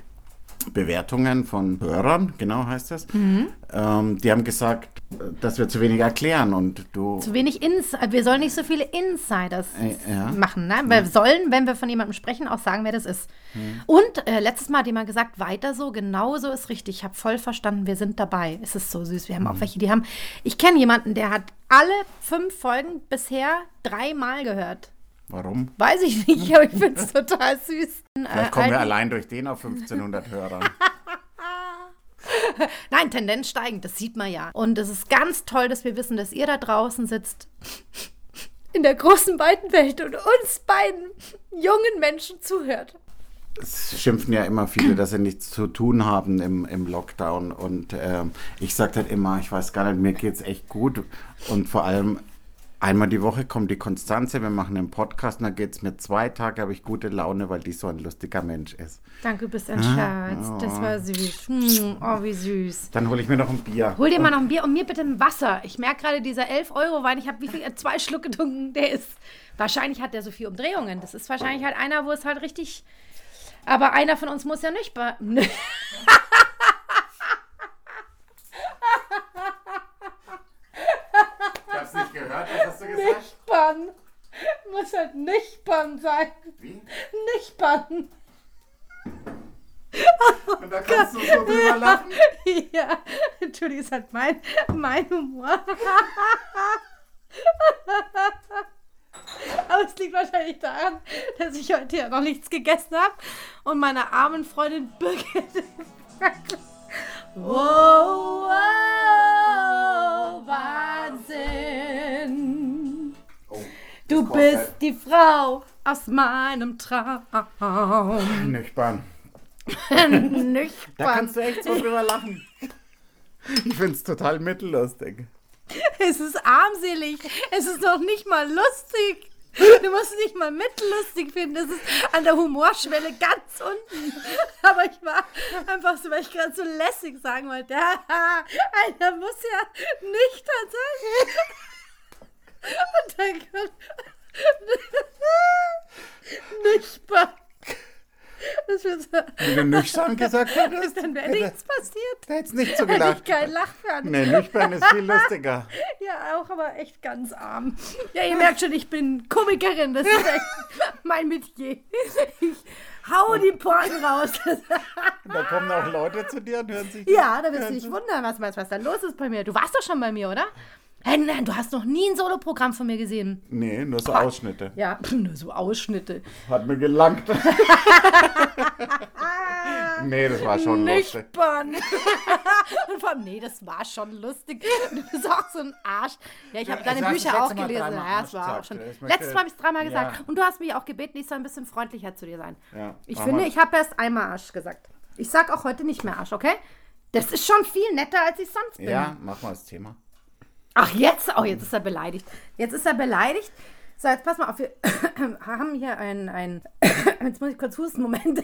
Speaker 2: Bewertungen von Hörern, genau heißt das.
Speaker 1: Mhm.
Speaker 2: Ähm, die haben gesagt, äh, dass wir zu wenig erklären und du.
Speaker 1: Zu wenig Ins wir sollen nicht so viele Insiders
Speaker 2: Äh, ja.
Speaker 1: machen. Ne? Wir sollen, wenn wir von jemandem sprechen, auch sagen, wer das ist. Und äh, letztes Mal hat jemand gesagt, weiter so, genau so ist richtig. Ich habe voll verstanden, wir sind dabei. Es ist so süß. Wir haben
Speaker 2: Mhm.
Speaker 1: auch welche, die haben. Ich kenne jemanden, der hat alle fünf Folgen bisher dreimal gehört.
Speaker 2: Warum?
Speaker 1: Weiß ich nicht, aber ich finde es total süß.
Speaker 2: Vielleicht kommen
Speaker 1: Äh,
Speaker 2: wir
Speaker 1: alten-
Speaker 2: allein durch den auf 1500 Hörer.
Speaker 1: Nein, Tendenz steigend, das sieht man ja. Und es ist ganz toll, dass wir wissen, dass ihr da draußen sitzt in der großen, weiten Welt und uns beiden jungen Menschen zuhört.
Speaker 2: Es schimpfen ja immer viele, dass sie nichts zu tun haben im, im Lockdown. Und ähm, ich sage halt immer, ich weiß gar nicht, mir geht's echt gut. Und vor allem einmal die Woche kommt die Konstanze, wir machen einen Podcast und dann geht's mir zwei Tage, habe ich gute Laune, weil die so ein lustiger Mensch ist.
Speaker 1: Danke, du bist ein Schatz. Das war süß. Hm, oh, wie süß.
Speaker 2: Dann hole ich mir noch ein Bier.
Speaker 1: Hol dir mal noch ein Bier und mir bitte ein Wasser. Ich merke gerade, dieser 11-Euro-Wein, ich habe wie viel? Zwei Schluck getrunken. Der ist. Wahrscheinlich hat der so viel Umdrehungen. Das ist wahrscheinlich halt einer, wo es halt richtig. Aber einer von uns muss ja nicht. be-
Speaker 2: Ich hab's nicht gehört, was hast du gesagt?
Speaker 1: Nichtbahn. Muss halt Nichtbahn sein.
Speaker 2: Wie?
Speaker 1: Nichtbahn.
Speaker 2: Und da kannst du so drüber lachen.
Speaker 1: Ja, Entschuldigung, ist halt mein, mein Humor. Aber es liegt wahrscheinlich daran, dass ich heute ja noch nichts gegessen habe und meiner armen Freundin Birgit. oh, oh, Wahnsinn.
Speaker 2: Oh,
Speaker 1: Du
Speaker 2: kommt
Speaker 1: bist
Speaker 2: halt.
Speaker 1: die Frau aus meinem Traum.
Speaker 2: Nüchtern.
Speaker 1: Nicht
Speaker 2: Hm. Da kannst du echt so drüber lachen. Ich find's total mittellustig.
Speaker 1: Es ist armselig. Es ist noch nicht mal lustig. Du musst nicht mal mittellustig finden. Das ist an der Humorschwelle ganz unten. Aber ich war einfach so, weil ich gerade so lässig sagen wollte. Haha, Einer muss ja nicht sein. Und dann kommt. Nicht mal. Das wird so,
Speaker 2: Wie du nüchtern gesagt hast,
Speaker 1: dann wäre
Speaker 2: hätte-
Speaker 1: nichts passiert.
Speaker 2: Da hätt's nicht so
Speaker 1: Hätte ich
Speaker 2: gelacht.
Speaker 1: kein Lachfern.
Speaker 2: genau. Nee, nüchtern ist viel lustiger.
Speaker 1: Ja, auch aber echt ganz arm. Ja, ihr merkt schon, ich bin Komikerin. Das ist echt mein Metier. Ich hau die Porten raus.
Speaker 2: Da kommen auch Leute zu dir und hören sich.
Speaker 1: Ja, da wirst du dich wundern, was, was, was da los ist bei mir. Du warst doch schon bei mir, oder? Hey, nein, du hast noch nie ein Soloprogramm von mir gesehen.
Speaker 2: Nee, nur so Ausschnitte.
Speaker 1: Ja, nur so Ausschnitte.
Speaker 2: Hat mir gelangt. nee, das war schon
Speaker 1: Nicht
Speaker 2: lustig.
Speaker 1: Bahn. Und vor allem, nee, das war schon lustig. Du bist auch so ein Arsch. Ja, ich habe
Speaker 2: Ja,
Speaker 1: deine
Speaker 2: ich hab's
Speaker 1: Bücher
Speaker 2: letzte
Speaker 1: auch
Speaker 2: Mal
Speaker 1: gelesen.
Speaker 2: dreimal
Speaker 1: Ja, das war auch
Speaker 2: Arsch
Speaker 1: schon.
Speaker 2: gesagt. Ich möchte-
Speaker 1: Letztes Mal habe ich es dreimal gesagt.
Speaker 2: Ja.
Speaker 1: Und du hast mich auch gebeten, ich soll ein bisschen freundlicher zu dir sein.
Speaker 2: Ja,
Speaker 1: ich
Speaker 2: mach
Speaker 1: finde,
Speaker 2: mal.
Speaker 1: ich habe erst einmal Arsch gesagt. Ich sag auch heute nicht mehr Arsch, okay? Das ist schon viel netter, als ich sonst bin.
Speaker 2: Ja, mach mal das Thema.
Speaker 1: Ach, jetzt? Oh, jetzt ist er beleidigt. Jetzt ist er beleidigt. So, jetzt pass mal auf. Wir haben hier einen. einen jetzt muss ich kurz husten. Moment.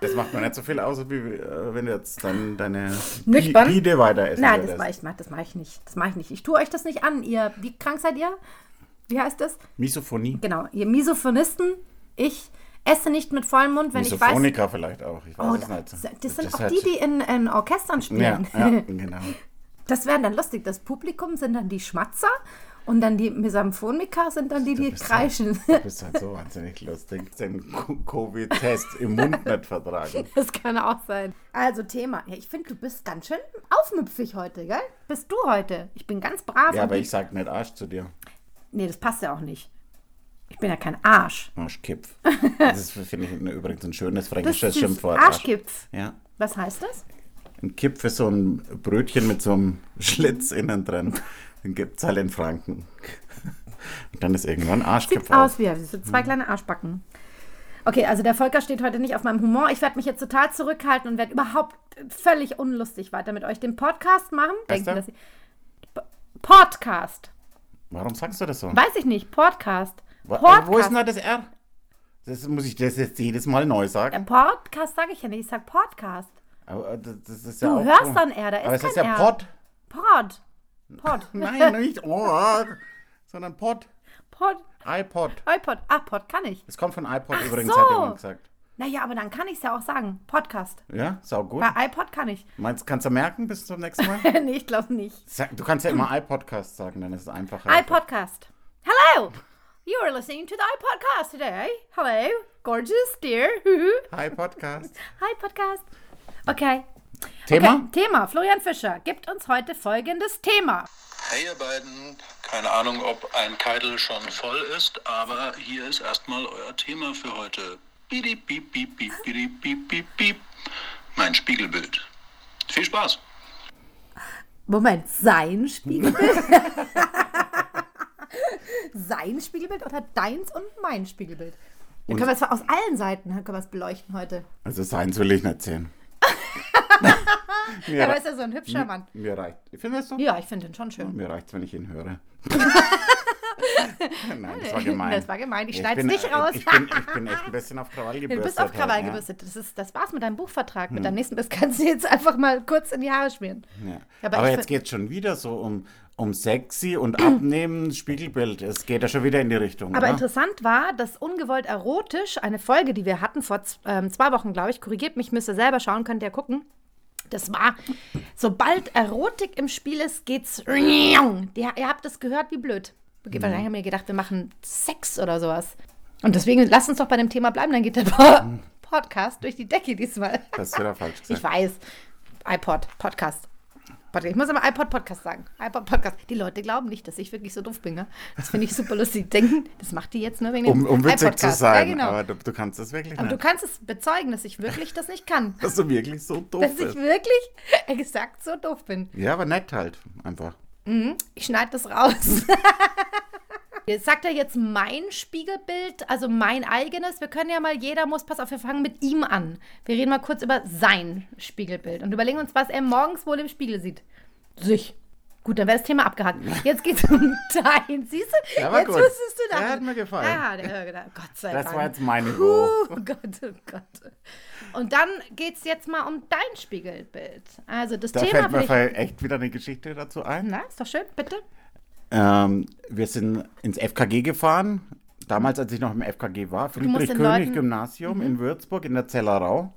Speaker 2: Das macht mir nicht so viel aus, wie äh, wenn du jetzt dann deine Bi-
Speaker 1: Nüchtern?
Speaker 2: Bide weiter essen
Speaker 1: Nein, das
Speaker 2: würdest.
Speaker 1: mache ich, das mach ich nicht. Das mache ich nicht. Ich tue euch das nicht an. Ihr, wie krank seid ihr? Wie heißt das?
Speaker 2: Misophonie.
Speaker 1: Genau, ihr Misophonisten. Ich esse nicht mit vollem Mund, wenn ich weiß.
Speaker 2: Misophoniker vielleicht auch. Ich weiß
Speaker 1: Oh,
Speaker 2: es
Speaker 1: da-
Speaker 2: nicht.
Speaker 1: das, sind auch
Speaker 2: hört
Speaker 1: die,
Speaker 2: sich-
Speaker 1: die in, in Orchestern
Speaker 2: halt- Ja,
Speaker 1: spielen.
Speaker 2: ja, genau.
Speaker 1: Das wäre dann lustig. Das Publikum sind dann die Schmatzer und dann die Misamphoniker sind dann die, die
Speaker 2: bist
Speaker 1: kreischen.
Speaker 2: Du bist halt so wahnsinnig lustig. Den Co- Covid-Test im Mund nicht vertragen.
Speaker 1: Das kann auch sein. Also Thema. Ja, ich finde, du bist ganz schön aufmüpfig heute, gell? Bist du heute? Ich bin ganz brav.
Speaker 2: Ja,
Speaker 1: und
Speaker 2: aber
Speaker 1: bin-
Speaker 2: ich sag nicht Arsch zu dir.
Speaker 1: nee, das passt ja auch nicht. Ich bin ja kein Arsch.
Speaker 2: Arschkipf. Das ist, finde ich, ne- übrigens ein schönes fränkisches
Speaker 1: Das ist süß.
Speaker 2: Schimpfwort.
Speaker 1: Arschkipf.
Speaker 2: Ja.
Speaker 1: Was heißt das?
Speaker 2: Ein Kipf ist so ein Brötchen mit so einem Schlitz innen drin. Den gibt es halt in Franken. Und dann ist irgendwann
Speaker 1: Sieht
Speaker 2: Arschkipf
Speaker 1: aus
Speaker 2: aus.
Speaker 1: wie das sind
Speaker 2: Mhm.
Speaker 1: zwei kleine Arschbacken. Okay, also der Volker steht heute nicht auf meinem Humor. Ich werde mich jetzt total zurückhalten und werde überhaupt völlig unlustig weiter mit euch den Podcast machen.
Speaker 2: Heißt
Speaker 1: Denken,
Speaker 2: er?
Speaker 1: dass ich, P- Podcast.
Speaker 2: Warum sagst du das so?
Speaker 1: Weiß ich nicht. Podcast.
Speaker 2: Wa- äh,
Speaker 1: Podcast.
Speaker 2: Wo ist denn da das R? Das muss ich das jetzt jedes Mal neu sagen.
Speaker 1: Äh, Podcast sage ich ja nicht. Ich sage Podcast.
Speaker 2: Aber das, das ist
Speaker 1: Du
Speaker 2: ja auch
Speaker 1: hörst
Speaker 2: so.
Speaker 1: dann R, da ist
Speaker 2: Aber es
Speaker 1: kein
Speaker 2: ist ja
Speaker 1: R.
Speaker 2: Pod.
Speaker 1: Pod. Pod.
Speaker 2: Nein, nicht Ohr, sondern Pod.
Speaker 1: Pod.
Speaker 2: iPod.
Speaker 1: iPod. Ach, Pod kann ich.
Speaker 2: Es kommt von iPod
Speaker 1: Ach
Speaker 2: übrigens,
Speaker 1: so.
Speaker 2: hat jemand gesagt.
Speaker 1: Naja, aber dann kann ich es ja auch sagen. Podcast.
Speaker 2: Ja, sau gut.
Speaker 1: Bei iPod kann ich.
Speaker 2: Meinst, kannst du merken bis zum nächsten Mal?
Speaker 1: nee, ich glaube nicht.
Speaker 2: Sag- Du kannst ja immer iPodcast sagen, dann ist es einfacher.
Speaker 1: iPodcast. Hello! You are listening to the iPodcast today. Hello, gorgeous dear.
Speaker 2: iPodcast.
Speaker 1: Hi, Podcast. Okay.
Speaker 2: Thema?
Speaker 1: okay. Thema. Florian Fischer gibt uns heute folgendes Thema.
Speaker 4: Hey ihr beiden, keine Ahnung, ob ein Keitel schon voll ist, aber hier ist erstmal euer Thema für heute. Bidip, bip, bip, bip, bidip, bip, bip, bip. Mein Spiegelbild. Viel Spaß!
Speaker 1: Moment, sein Spiegelbild? sein Spiegelbild oder deins und mein Spiegelbild? Dann können wir es aus allen Seiten können wir es beleuchten heute.
Speaker 2: Also seins will ich nicht sehen. mir,
Speaker 1: Ja, aber
Speaker 2: rei-
Speaker 1: ist ja so ein hübscher Mann.
Speaker 2: mir reicht. Findest du?
Speaker 1: Ja, ich finde den schon schön.
Speaker 2: Mir reicht's, wenn ich ihn höre. Nein, das war gemein.
Speaker 1: Das war gemein. Ich schneid's
Speaker 2: bin- äh,
Speaker 1: nicht raus.
Speaker 2: Ich bin, ich bin echt ein bisschen auf Krawall gebürstet.
Speaker 1: Du bist auf Krawall
Speaker 2: heute,
Speaker 1: gebürstet. Das, ist, das war's mit deinem Buchvertrag. Mit deinem nächsten Biss kannst du jetzt einfach mal kurz in die Haare schmieren.
Speaker 2: Hm. Ja. Ja.
Speaker 1: Aber
Speaker 2: Aber,
Speaker 1: ich
Speaker 2: jetzt geht es schon wieder so um, um sexy und abnehmen, Spiegelbild. Es geht ja schon wieder in die Richtung.
Speaker 1: Aber
Speaker 2: oder?
Speaker 1: interessant war, dass ungewollt erotisch eine Folge, die wir hatten vor z- ähm, zwei Wochen, glaube ich, korrigiert mich, müsst ihr selber schauen, könnt ihr gucken. Das war, sobald Erotik im Spiel ist, geht's. Die, ihr habt es gehört, wie blöd. Wahrscheinlich haben wir gedacht, wir machen Sex oder sowas. Und deswegen lasst uns doch bei dem Thema bleiben, dann geht der Po- Podcast durch die Decke diesmal.
Speaker 2: Das ist wieder falsch
Speaker 1: Ich
Speaker 2: gesagt.
Speaker 1: weiß. iPod, Podcast. Podcast. Ich muss immer iPod-Podcast sagen. iPod-Podcast. Die Leute glauben nicht, dass ich wirklich so doof bin. Ne? Das finde ich super lustig. Die Denken, das macht die jetzt nur wegen dem
Speaker 2: Um, um witzig zu
Speaker 1: iPodcast.
Speaker 2: sein.
Speaker 1: Ja, genau.
Speaker 2: Aber
Speaker 1: Aber,
Speaker 2: du, du kannst das wirklich
Speaker 1: du
Speaker 2: nicht.
Speaker 1: kannst es bezeugen, dass ich wirklich das nicht kann.
Speaker 2: Dass du wirklich so doof
Speaker 1: Dass ich
Speaker 2: bist.
Speaker 1: wirklich exakt so doof bin.
Speaker 2: Ja, aber nett halt. Einfach.
Speaker 1: Ich schneide das raus. Jetzt sagt er jetzt mein Spiegelbild, also mein eigenes. Wir können ja mal, jeder muss, pass auf, wir fangen mit ihm an. Wir reden mal kurz über sein Spiegelbild und überlegen uns, was er morgens wohl im Spiegel sieht. Sich. Gut, dann wäre das Thema abgehakt. Jetzt geht's um dein. Siehst du?
Speaker 2: Ja, war
Speaker 1: jetzt
Speaker 2: gut.
Speaker 1: wusstest du
Speaker 2: Der
Speaker 1: das.
Speaker 2: hat mir gefallen.
Speaker 1: Ja, der, der, Gott sei
Speaker 2: Das
Speaker 1: Dank.
Speaker 2: war jetzt mein Niveau.
Speaker 1: Oh Gott, oh Gott. Und dann geht's jetzt mal um dein Spiegelbild. Also das
Speaker 2: Da
Speaker 1: Thema
Speaker 2: fällt mir
Speaker 1: vielleicht-
Speaker 2: vielleicht echt wieder eine Geschichte dazu ein.
Speaker 1: Na, ist doch schön, bitte.
Speaker 2: Ähm, wir sind ins FKG gefahren. Damals, als ich noch im FKG war,
Speaker 1: musst den Leuten- Mhm.
Speaker 2: Friedrich-König-Gymnasium in Würzburg in der Zellerau.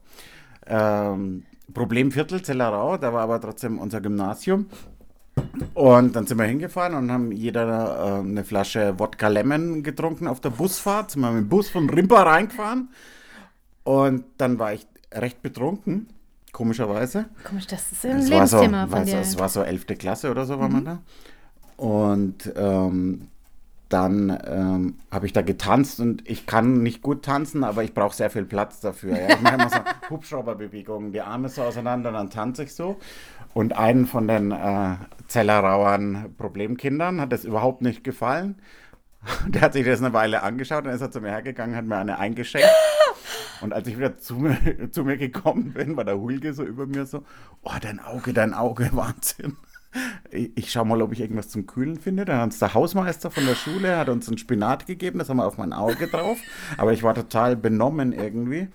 Speaker 2: Ähm, Problemviertel Zellerau, da war aber trotzdem unser Gymnasium. Und dann sind wir hingefahren und haben jeder äh, eine Flasche Wodka Lemon getrunken auf der Busfahrt. Sind wir mit dem Bus von Rimpa reingefahren. Und dann war ich recht betrunken, komischerweise.
Speaker 1: Komisch, das ist ein
Speaker 2: war so,
Speaker 1: Lebensthema
Speaker 2: war
Speaker 1: von
Speaker 2: so,
Speaker 1: dir. Mhm.
Speaker 2: es war so 11. Klasse oder so, war man da. Und ähm, dann ähm, habe ich da getanzt und ich kann nicht gut tanzen, aber ich brauche sehr viel Platz dafür. Ja? Ich mache immer so Hubschrauberbewegungen, die Arme so auseinander und dann tanze ich so. Und einen von den äh, Zellerauern Problemkindern hat das überhaupt nicht gefallen. Der hat sich das eine Weile angeschaut, dann ist er zu mir hergegangen, hat mir eine eingeschenkt. Und als ich wieder zu mir, zu mir gekommen bin, war der Hulge so über mir so, oh, dein Auge, dein Auge, Wahnsinn. Ich, ich schau mal, ob ich irgendwas zum Kühlen finde. Dann hat uns der Hausmeister von der Schule hat uns einen Spinat gegeben, das haben wir auf mein Auge drauf. Aber ich war total benommen irgendwie.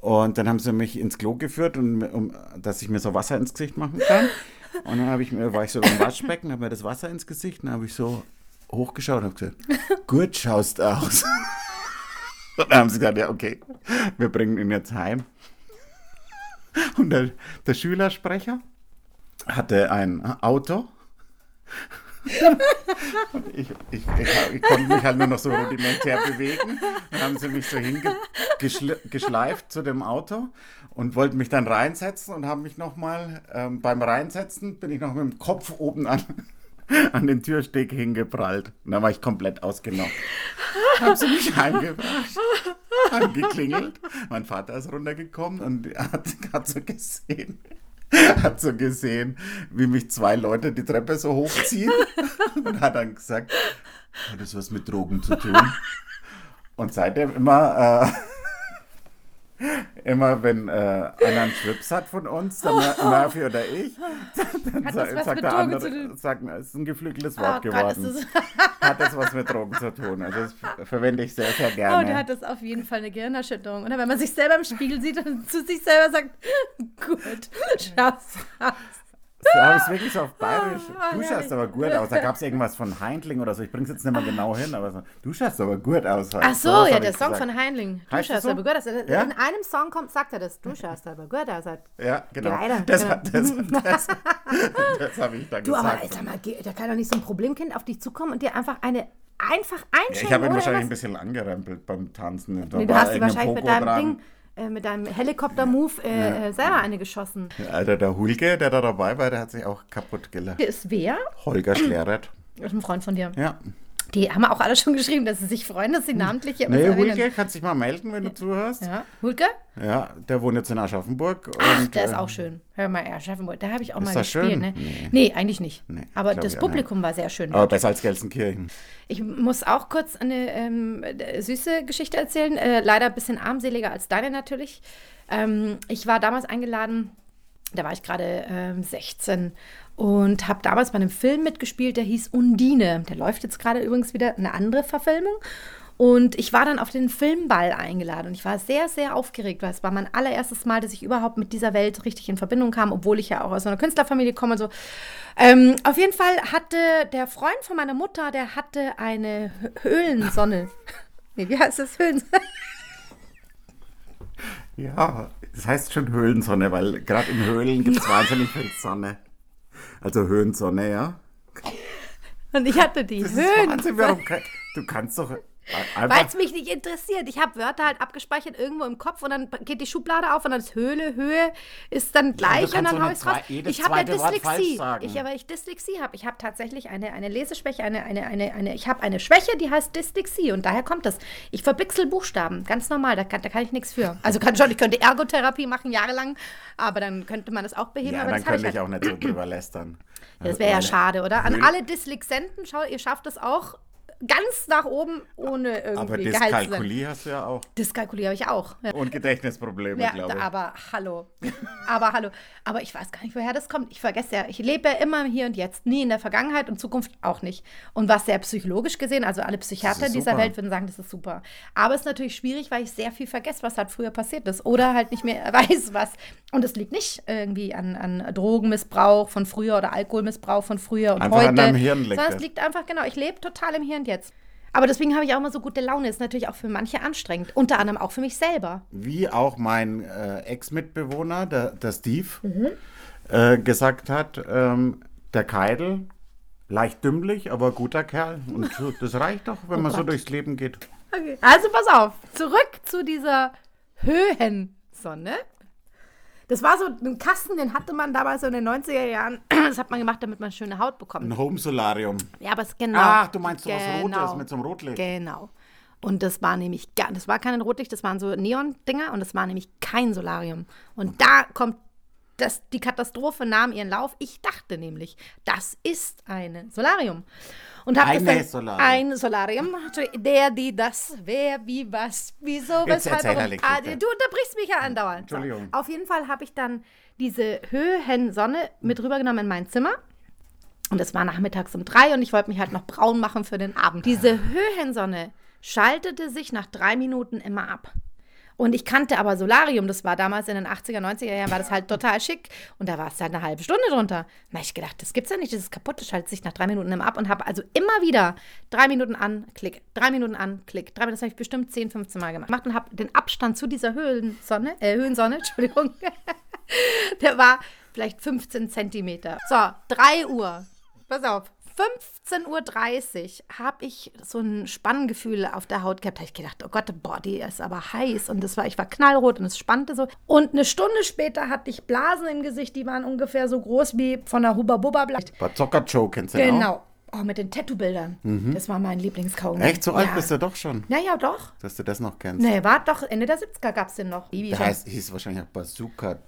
Speaker 2: Und dann haben sie mich ins Klo geführt, um, um, dass ich mir so Wasser ins Gesicht machen kann. Und dann habe ich mir, war ich so im Waschbecken, habe mir das Wasser ins Gesicht, und dann habe ich so hochgeschaut und habe gesagt, gut schaust aus. Und dann haben sie gesagt, ja, okay, wir bringen ihn jetzt heim. Und der, der Schülersprecher hatte ein Auto. Und ich, ich, ich, ich konnte mich halt nur noch so rudimentär bewegen. Dann haben sie mich so hingeschleift zu dem Auto und wollten mich dann reinsetzen und haben mich nochmal ähm, beim Reinsetzen bin ich noch mit dem Kopf oben an, an den Türsteg hingeprallt. Und dann war ich komplett ausgenockt. Haben sie mich heimgebracht, haben geklingelt. Mein Vater ist runtergekommen und hat, hat so gesehen. Hat so gesehen, wie mich zwei Leute die Treppe so hochziehen und hat dann gesagt, hat das was mit Drogen zu tun? Und seitdem immer, äh, immer wenn äh, einer einen Schwips hat von uns, der Mur- Murphy oder ich, dann
Speaker 1: Hat
Speaker 2: sa-
Speaker 1: das was
Speaker 2: sagt
Speaker 1: mit
Speaker 2: der
Speaker 1: Drogen
Speaker 2: andere,
Speaker 1: zu tun?
Speaker 2: sagt, es ist ein geflügeltes
Speaker 1: Oh
Speaker 2: Wort
Speaker 1: Gott,
Speaker 2: geworden.
Speaker 1: ist das,
Speaker 2: hat das was mit Drogen zu tun. Also das f- verwende ich sehr, sehr
Speaker 1: oh,
Speaker 2: gerne.
Speaker 1: der hat das auf jeden Fall eine Gehirnerschütterung. Oder wenn man sich selber im Spiegel sieht und zu sich selber sagt, gut, schaff's.
Speaker 2: so habe ich es wirklich so auf Bayerisch.
Speaker 1: Ah,
Speaker 2: Du
Speaker 1: herrlich.
Speaker 2: schaust aber gut aus. Da gab es irgendwas von Heindling oder so. Ich bring's jetzt nicht mehr genau hin, aber so, du schaust aber gut aus.
Speaker 1: Ach so, ja, der Song von
Speaker 2: Heindling.
Speaker 1: Heinling. Du
Speaker 2: Heißt das
Speaker 1: schaust
Speaker 2: so?
Speaker 1: aber gut aus. Also, In
Speaker 2: Ja?
Speaker 1: einem Song kommt, sagt er das. Du schaust aber gut aus.
Speaker 2: Ja, genau.
Speaker 1: Leider,
Speaker 2: Das,
Speaker 1: genau.
Speaker 2: das, das, das, habe ich dann
Speaker 1: Du, aber
Speaker 2: gesagt.
Speaker 1: sag mal, geh- da kann doch nicht so ein Problemkind auf dich zukommen und dir einfach eine einfach
Speaker 2: Ja,
Speaker 1: einschenken.
Speaker 2: ich habe ihn
Speaker 1: oder
Speaker 2: wahrscheinlich ein
Speaker 1: irgendwas.
Speaker 2: bisschen angerempelt beim Tanzen. Da
Speaker 1: Nee, du
Speaker 2: war
Speaker 1: hast dir
Speaker 2: irgendein
Speaker 1: wahrscheinlich mit
Speaker 2: Pogo
Speaker 1: deinem
Speaker 2: dran.
Speaker 1: Ding, äh, mit deinem Helikopter-Move äh, äh, selber eine geschossen.
Speaker 2: Alter, der Hulke, der da dabei war, der hat sich auch kaputt gelacht.
Speaker 1: Hier ist wer?
Speaker 2: Holger Schlerert.
Speaker 1: Das ist ein Freund von dir.
Speaker 2: Ja.
Speaker 1: Die haben auch alle schon geschrieben, dass sie sich freuen, dass sie namentlich hier was
Speaker 2: Hm. Nee,
Speaker 1: erwähnen.
Speaker 2: Hulke, kannst dich mal melden, wenn du zuhörst.
Speaker 1: Ja, Hulke?
Speaker 2: Ja, der wohnt jetzt in Aschaffenburg.
Speaker 1: Ach,
Speaker 2: und,
Speaker 1: der ist
Speaker 2: äh,
Speaker 1: auch schön. Hör mal, er Schaffenburg. Da habe ich auch mal
Speaker 2: das
Speaker 1: gespielt.
Speaker 2: schön?
Speaker 1: Ne? Nee.
Speaker 2: Nee.
Speaker 1: eigentlich nicht.
Speaker 2: Nee,
Speaker 1: Aber
Speaker 2: glaub
Speaker 1: das
Speaker 2: ich auch nicht.
Speaker 1: Publikum war sehr schön.
Speaker 2: Aber besser als Gelsenkirchen.
Speaker 1: Ich muss auch kurz eine ähm, d- süße Geschichte erzählen. Äh, leider ein bisschen armseliger als deine natürlich. Ähm, ich war damals eingeladen, da war ich gerade ähm, 16 und habe damals bei einem Film mitgespielt, der hieß Undine. Der läuft jetzt gerade übrigens wieder eine andere Verfilmung. Und ich war dann auf den Filmball eingeladen und ich war sehr, sehr aufgeregt, weil es war mein allererstes Mal, dass ich überhaupt mit dieser Welt richtig in Verbindung kam, obwohl ich ja auch aus einer Künstlerfamilie komme und so. Ähm, auf jeden Fall hatte der Freund von meiner Mutter, der hatte eine H- Höhlensonne. Nee, wie heißt das? Höhlensonne?
Speaker 2: Ja, es heißt schon Höhlensonne, weil gerade in Höhlen gibt es wahnsinnig viel Sonne. Also Höhlensonne, ja.
Speaker 1: Und ich hatte die
Speaker 2: Das ist
Speaker 1: Höhlen.
Speaker 2: Wahnsinn, warum kann, du kannst doch äh,
Speaker 1: Weil
Speaker 2: einfach...
Speaker 1: es mich nicht interessiert. Ich habe Wörter halt abgespeichert irgendwo im Kopf und dann geht die Schublade auf und dann ist Höhle, Höhe ist dann gleich
Speaker 2: du
Speaker 1: und
Speaker 2: kannst
Speaker 1: dann
Speaker 2: doch
Speaker 1: hau
Speaker 2: nicht
Speaker 1: ich's raus.
Speaker 2: zwei- jedes
Speaker 1: Ich habe ja
Speaker 2: zweite Wort
Speaker 1: Dyslexie.
Speaker 2: falsch sagen.
Speaker 1: Ich, aber ich Dyslexie habe. Ich habe tatsächlich eine, eine Leseschwäche, eine, eine, eine, eine, ich habe eine Schwäche, die heißt Dyslexie und daher kommt das. Ich verpixel Buchstaben, ganz normal, da kann, da kann ich nichts für. Also kann schon, ich könnte Ergotherapie machen jahrelang, aber dann könnte man das auch beheben,
Speaker 2: ja,
Speaker 1: aber
Speaker 2: dann
Speaker 1: das habe ich
Speaker 2: könnte
Speaker 1: halt.
Speaker 2: ich auch nicht so drüber lästern.
Speaker 1: Das wäre ja
Speaker 2: Also,
Speaker 1: schade, oder? An
Speaker 2: Höhle-
Speaker 1: alle Dyslexenten, schau, ihr schafft es auch ganz nach oben, ohne
Speaker 2: Aber
Speaker 1: irgendwie geheilt zu sein.
Speaker 2: Dyskalkulie hast du ja auch.
Speaker 1: Dyskalkulie habe ich auch. Ja.
Speaker 2: Und Gedächtnisprobleme,
Speaker 1: Ja,
Speaker 2: glaube ich.
Speaker 1: aber hallo. Aber hallo. Aber ich weiß gar nicht, woher das kommt. Ich vergesse ja, ich lebe ja immer im hier und jetzt, nie in der Vergangenheit und Zukunft auch nicht. Und was sehr psychologisch gesehen, also alle Psychiater
Speaker 2: Das ist
Speaker 1: dieser
Speaker 2: super.
Speaker 1: Welt würden sagen, das ist super. Aber es ist natürlich schwierig, weil ich sehr viel vergesse, was halt früher passiert ist oder halt nicht mehr weiß, was. Und es liegt nicht irgendwie an, an Drogenmissbrauch von früher oder Alkoholmissbrauch von früher und
Speaker 2: Einfach
Speaker 1: heute.
Speaker 2: an deinem Hirn liegt
Speaker 1: sondern es
Speaker 2: das.
Speaker 1: liegt einfach, genau, ich lebe total im Hier und Jetzt. Aber deswegen habe ich auch immer so gute Laune. Ist natürlich auch für manche anstrengend. Unter anderem auch für mich selber.
Speaker 2: wie auch mein äh, Ex-Mitbewohner, der, der Steve,
Speaker 1: Mhm.
Speaker 2: äh, gesagt hat, ähm, der Keidel, leicht dümmlich, aber guter Kerl. Und so, das reicht doch,
Speaker 1: Oh
Speaker 2: wenn man so durchs Leben geht.
Speaker 1: Okay. Also pass auf, zurück zu dieser Höhensonne. Das war so ein Kasten, den hatte man damals so in den 90er Jahren. Das hat man gemacht, damit man schöne Haut bekommt.
Speaker 2: Ein Home-Solarium.
Speaker 1: Ja, aber es genau.
Speaker 2: Ach, du meinst sowas Rotes mit so einem Rotlicht.
Speaker 1: Genau. Und das war nämlich, ga- das war kein Rotlicht, das waren so Neon-Dinger und das war nämlich kein Solarium. Und da kommt das, die Katastrophe nahm ihren Lauf. Ich dachte nämlich, das ist ein Solarium. Und habe
Speaker 2: Eine
Speaker 1: das dann,
Speaker 2: Solarium.
Speaker 1: ein Solarium, der, die, das, wer, wie, was, wieso,
Speaker 2: Jetzt
Speaker 1: weshalb,
Speaker 2: erzähl,
Speaker 1: warum.
Speaker 2: Alex,
Speaker 1: Ah, du
Speaker 2: bitte.
Speaker 1: unterbrichst mich ja andauernd.
Speaker 2: Entschuldigung.
Speaker 1: So, auf jeden Fall habe ich dann diese Höhensonne mit rübergenommen in mein Zimmer. Und es war nachmittags um drei und ich wollte mich halt noch braun machen für den Abend. Diese Höhensonne schaltete sich nach drei Minuten immer ab. Und ich kannte aber Solarium, das war damals in den 80er, 90er Jahren, war das halt total schick. Und da war es halt eine halbe Stunde drunter. Na, ich gedacht, das gibt's ja nicht, das ist kaputt, das schaltet sich nach drei Minuten immer ab und habe also immer wieder drei Minuten an, klick, drei Minuten an, klick, drei Minuten, das habe ich bestimmt 10, 15 Mal gemacht und habe den Abstand zu dieser Höhlensonne, äh, Höhlensonne, Entschuldigung, der war vielleicht 15 Zentimeter. So, 3 Uhr. Pass auf. 15.30 Uhr habe ich so ein Spanngefühl auf der Haut gehabt. Da habe ich gedacht, oh Gott, boah, die ist aber heiß. Und das war, ich war knallrot und es spannte so. Und eine Stunde später hatte ich Blasen im Gesicht, die waren ungefähr so groß wie von einer Hubba-Bubba-Blase.
Speaker 2: Bei Zocker Joe kennst du den auch?
Speaker 1: Genau. Oh, mit den Tattoo-Bildern. Das war mein Lieblingskaugummi.
Speaker 2: Mhm. Echt, so alt
Speaker 1: ja.
Speaker 2: bist du doch schon,
Speaker 1: Naja, doch.
Speaker 2: dass du das noch kennst.
Speaker 1: Nee, war doch, Ende der 70er gab es den noch. Wie
Speaker 2: Der
Speaker 1: schon-
Speaker 2: heißt, hieß wahrscheinlich auch Bazooka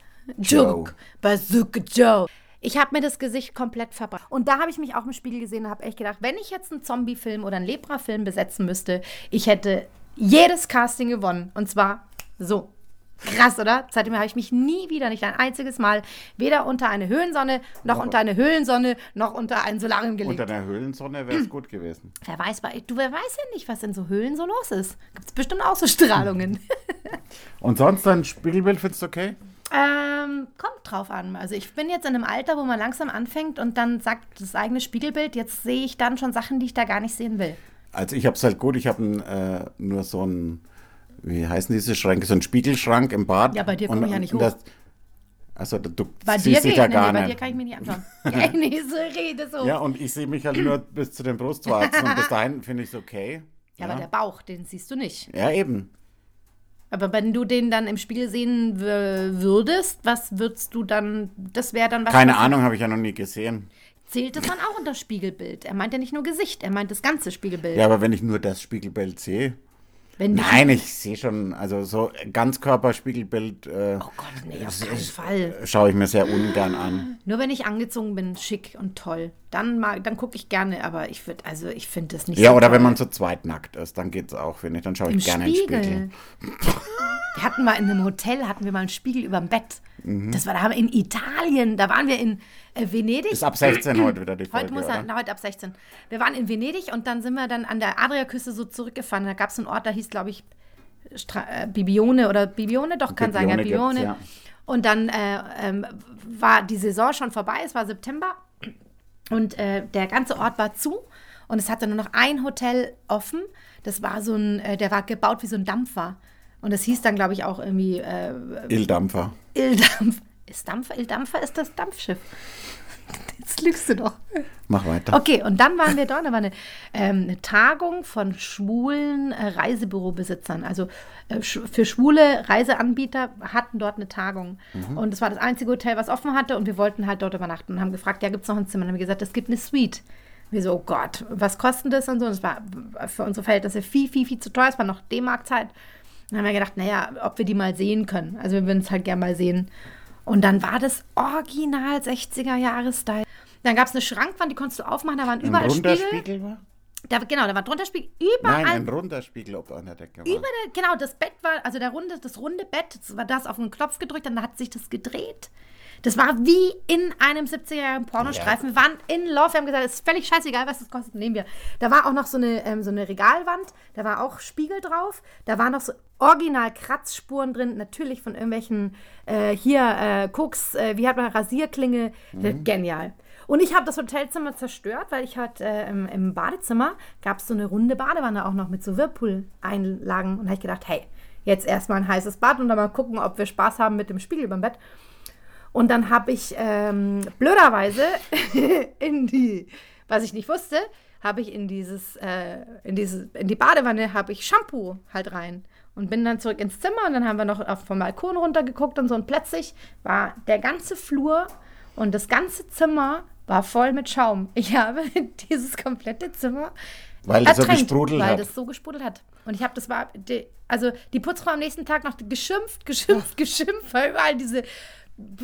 Speaker 2: Joe.
Speaker 1: Joke. Bazooka Joe. Ich habe mir das Gesicht komplett verbrannt. Und da habe ich mich auch im Spiegel gesehen und habe echt gedacht, wenn ich jetzt einen Zombie-Film oder einen Lepra-Film besetzen müsste, ich hätte jedes Casting gewonnen. Und zwar so. Krass, oder? Seitdem habe ich mich nie wieder, nicht ein einziges Mal, weder unter eine Höhlensonne, noch unter eine Höhlensonne, noch unter ein Solarium gelegt.
Speaker 2: Unter der Höhlensonne wäre es gut gewesen.
Speaker 1: Wer weiß, bei- du wer weiß ja nicht, was in so Höhlen so los ist. Gibt es bestimmt auch so Strahlungen.
Speaker 2: Und sonst dein Spiegelbild findest du okay?
Speaker 1: Ähm, kommt drauf an. Also ich bin jetzt in einem Alter, wo man langsam anfängt und dann sagt das eigene Spiegelbild, jetzt sehe ich dann schon Sachen, die ich da gar nicht sehen will.
Speaker 2: Also ich habe es halt gut, ich habe äh, nur so einen, wie heißen diese Schränke, so einen Spiegelschrank im Bad.
Speaker 1: Ja, bei dir komm ich ja nicht hoch.
Speaker 2: also du
Speaker 1: Bei dir
Speaker 2: siehst
Speaker 1: geht,
Speaker 2: dich ja
Speaker 1: nee, nee,
Speaker 2: gar
Speaker 1: bei dir
Speaker 2: nicht.
Speaker 1: kann ich mir nicht anschauen. ja, nee, so rede so.
Speaker 2: Ja,
Speaker 1: Ja,
Speaker 2: und ich sehe mich halt nur bis zu den Brustwarzen und bis dahin finde ich es okay.
Speaker 1: aber der Bauch, den siehst du nicht.
Speaker 2: Ja, eben.
Speaker 1: Aber wenn du den dann im Spiegel sehen w- würdest, was würdest du dann, das wäre dann was...
Speaker 2: Keine
Speaker 1: was-
Speaker 2: Ahnung, habe ich ja noch nie gesehen.
Speaker 1: Zählt das dann auch unter Spiegelbild? Er meint ja nicht nur Gesicht, er meint das ganze Spiegelbild.
Speaker 2: Ja, aber wenn ich nur das Spiegelbild sehe.
Speaker 1: Wenn du-
Speaker 2: Nein, ich sehe schon, also so Ganzkörperspiegelbild äh,
Speaker 1: Oh Gott, nee, auf keinen Fall.
Speaker 2: schaue ich mir sehr ungern an.
Speaker 1: Nur wenn ich angezogen bin, schick und toll, dann mag, dann gucke ich gerne, aber ich würde, also ich finde das nicht
Speaker 2: Ja,
Speaker 1: so
Speaker 2: oder
Speaker 1: toll.
Speaker 2: wenn man zu zweit nackt ist, dann geht's auch, finde ich. Dann schaue
Speaker 1: im
Speaker 2: ich gerne
Speaker 1: Spiegel.
Speaker 2: in den Spiegel.
Speaker 1: Wir hatten mal in einem Hotel, hatten wir mal einen Spiegel über dem Bett.
Speaker 2: Mhm.
Speaker 1: Das war da haben wir in Italien, da waren wir in äh, Venedig.
Speaker 2: Ist ab 16 heute wieder die Folge,
Speaker 1: Heute muss
Speaker 2: oder?
Speaker 1: er, na, heute ab 16. Wir waren in Venedig und dann sind wir dann an der Adriaküste so zurückgefahren. Da gab es einen Ort, da hieß, glaube ich, Stra äh, Bibione oder Bibione, doch kann sein, ja,
Speaker 2: Bibione
Speaker 1: Bibione.
Speaker 2: gibt's, ja.
Speaker 1: Und dann äh, ähm, war die Saison schon vorbei, es war September und äh, der ganze Ort war zu und es hatte nur noch ein Hotel offen. Das war so ein, äh, der war gebaut wie so ein Dampfer. Und das hieß dann, glaube ich, auch irgendwie äh,
Speaker 2: Ildampfer.
Speaker 1: Ildampf. Ist Dampfer? Ildampfer ist das Dampfschiff. Jetzt lügst du doch.
Speaker 2: Mach weiter.
Speaker 1: Okay, und dann waren wir dort, da war eine, ähm, eine Tagung von schwulen äh, Reisebürobesitzern. Also äh, sch für schwule Reiseanbieter hatten dort eine Tagung. Und es war das einzige Hotel, was offen hatte und wir wollten halt dort übernachten und haben gefragt, ja, gibt es noch ein Zimmer? Und haben wir gesagt, es gibt eine Suite. Wir so, oh Gott, was kostet das und so? Und es war für unsere Verhältnisse viel, viel, viel zu teuer. Es war noch D-Mark-Zeit. Dann haben wir gedacht, naja, ob wir die mal sehen können. Also wir würden es halt gerne mal sehen. Und dann war das original 60er-Jahre-Style. Dann gab es eine Schrankwand, die konntest du aufmachen, da waren
Speaker 2: Ein
Speaker 1: überall
Speaker 2: runder
Speaker 1: Spiegel.
Speaker 2: Spiegel war?
Speaker 1: Da, genau, da war drunter Spiegel.
Speaker 2: Nein,
Speaker 1: Überall.
Speaker 2: ein runder Spiegel ob an der Decke war.
Speaker 1: über der, genau, das Bett war, also der runde, das runde Bett, das war das auf den Knopf gedrückt, dann hat sich das gedreht. Das war wie in einem 70er-Jahre-Pornostreifen. Wir waren in Love, wir haben gesagt, es ist völlig scheißegal, was das kostet, nehmen wir. Da war auch noch so eine, ähm, so eine Regalwand, da war auch Spiegel drauf, da waren noch so original Kratzspuren drin, natürlich von irgendwelchen, äh, hier, äh, Koks, äh, wie hat man, Rasierklinge, genial. Und ich habe das Hotelzimmer zerstört, weil ich halt äh, im, im Badezimmer gab es so eine runde Badewanne auch noch mit so Whirlpool-Einlagen. Und da habe ich gedacht, hey, jetzt erstmal ein heißes Bad und dann mal gucken, ob wir Spaß haben mit dem Spiegel über dem Bett. Und dann habe ich ähm, blöderweise in die, was ich nicht wusste, habe ich in dieses, äh, in diese, in die Badewanne habe ich Shampoo halt rein. Und bin dann zurück ins Zimmer und dann haben wir noch auf- vom Balkon runtergeguckt und so. Und plötzlich war der ganze Flur und das ganze Zimmer war voll mit Schaum. Ich habe dieses komplette Zimmer
Speaker 2: Weil das so gesprudelt
Speaker 1: weil
Speaker 2: hat.
Speaker 1: das so gesprudelt hat. Und ich habe das war, die, also die Putzfrau am nächsten Tag noch geschimpft, geschimpft, geschimpft, weil überall diese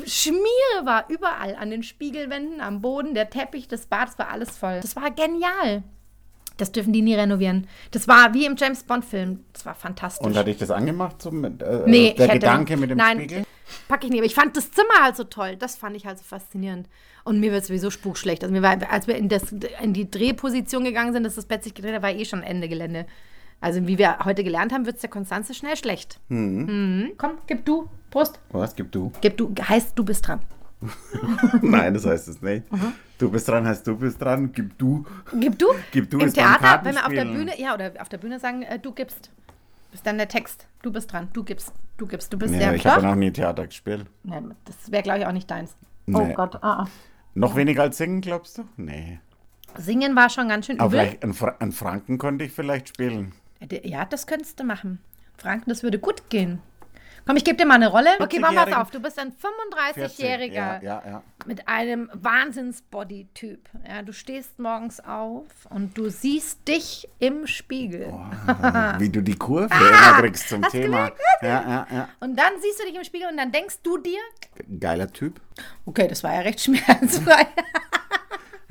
Speaker 1: Schmiere war überall an den Spiegelwänden, am Boden, der Teppich, das Bad, das war alles voll. Das war genial. Das dürfen die nie renovieren. Das war wie im James Bond-Film. Das war fantastisch.
Speaker 2: Und hatte ich das angemacht? Zum, äh,
Speaker 1: Nee, ich
Speaker 2: der
Speaker 1: hätte-
Speaker 2: Gedanke mit dem
Speaker 1: nein,
Speaker 2: Spiegel?
Speaker 1: Pack ich nicht. Aber ich fand das Zimmer halt so toll. Das fand ich halt so faszinierend. Und mir wird sowieso spukschlecht. Also mir war, als wir in, das, in die Drehposition gegangen sind, dass das Bett sich gedreht hat, war eh schon Ende Gelände. Also wie wir heute gelernt haben, wird es der Konstanze schnell schlecht.
Speaker 2: Hm.
Speaker 1: Mhm. Komm, gib du. Prost.
Speaker 2: Was gib du?
Speaker 1: Gib du. Heißt, du bist dran.
Speaker 2: Nein, das heißt es nicht. Du bist dran, heißt du bist dran, gib du.
Speaker 1: Gib du.
Speaker 2: Gib du
Speaker 1: Im
Speaker 2: ist beim
Speaker 1: Theater, wenn wir auf der
Speaker 2: Kartenspielen.
Speaker 1: Bühne, ja, oder auf der Bühne sagen, äh, du gibst. Ist dann der Text. Du bist dran. Du gibst. Du gibst. Du bist
Speaker 2: Nee,
Speaker 1: der.
Speaker 2: ich
Speaker 1: Doch?
Speaker 2: habe noch nie Theater gespielt.
Speaker 1: Nein, das wäre, glaube ich, auch nicht deins. Oh
Speaker 2: Nee.
Speaker 1: Gott. Ah, ah.
Speaker 2: Noch weniger als singen, glaubst du? Nee.
Speaker 1: Singen war schon ganz schön
Speaker 2: Aber
Speaker 1: übel.
Speaker 2: vielleicht an, Fra an Franken konnte ich vielleicht spielen.
Speaker 1: Ja, das könntest du machen. Franken, das würde gut gehen. Komm, ich gebe dir mal eine Rolle. Okay, mach mal
Speaker 2: 40-Jährigen.
Speaker 1: auf. Du bist ein
Speaker 2: 14.
Speaker 1: 35-Jähriger
Speaker 2: Ja, ja, ja.
Speaker 1: mit einem Wahnsinns-Body-Typ. Ja, du stehst morgens auf und du siehst dich im Spiegel.
Speaker 2: Wie du die Kurve immer kriegst zum
Speaker 1: Ah. hast
Speaker 2: Thema.
Speaker 1: gemerkt?
Speaker 2: Ja, ja, ja.
Speaker 1: Und dann siehst du dich im Spiegel und dann denkst du dir,
Speaker 2: Geiler Typ.
Speaker 1: okay, das war ja recht schmerzfrei.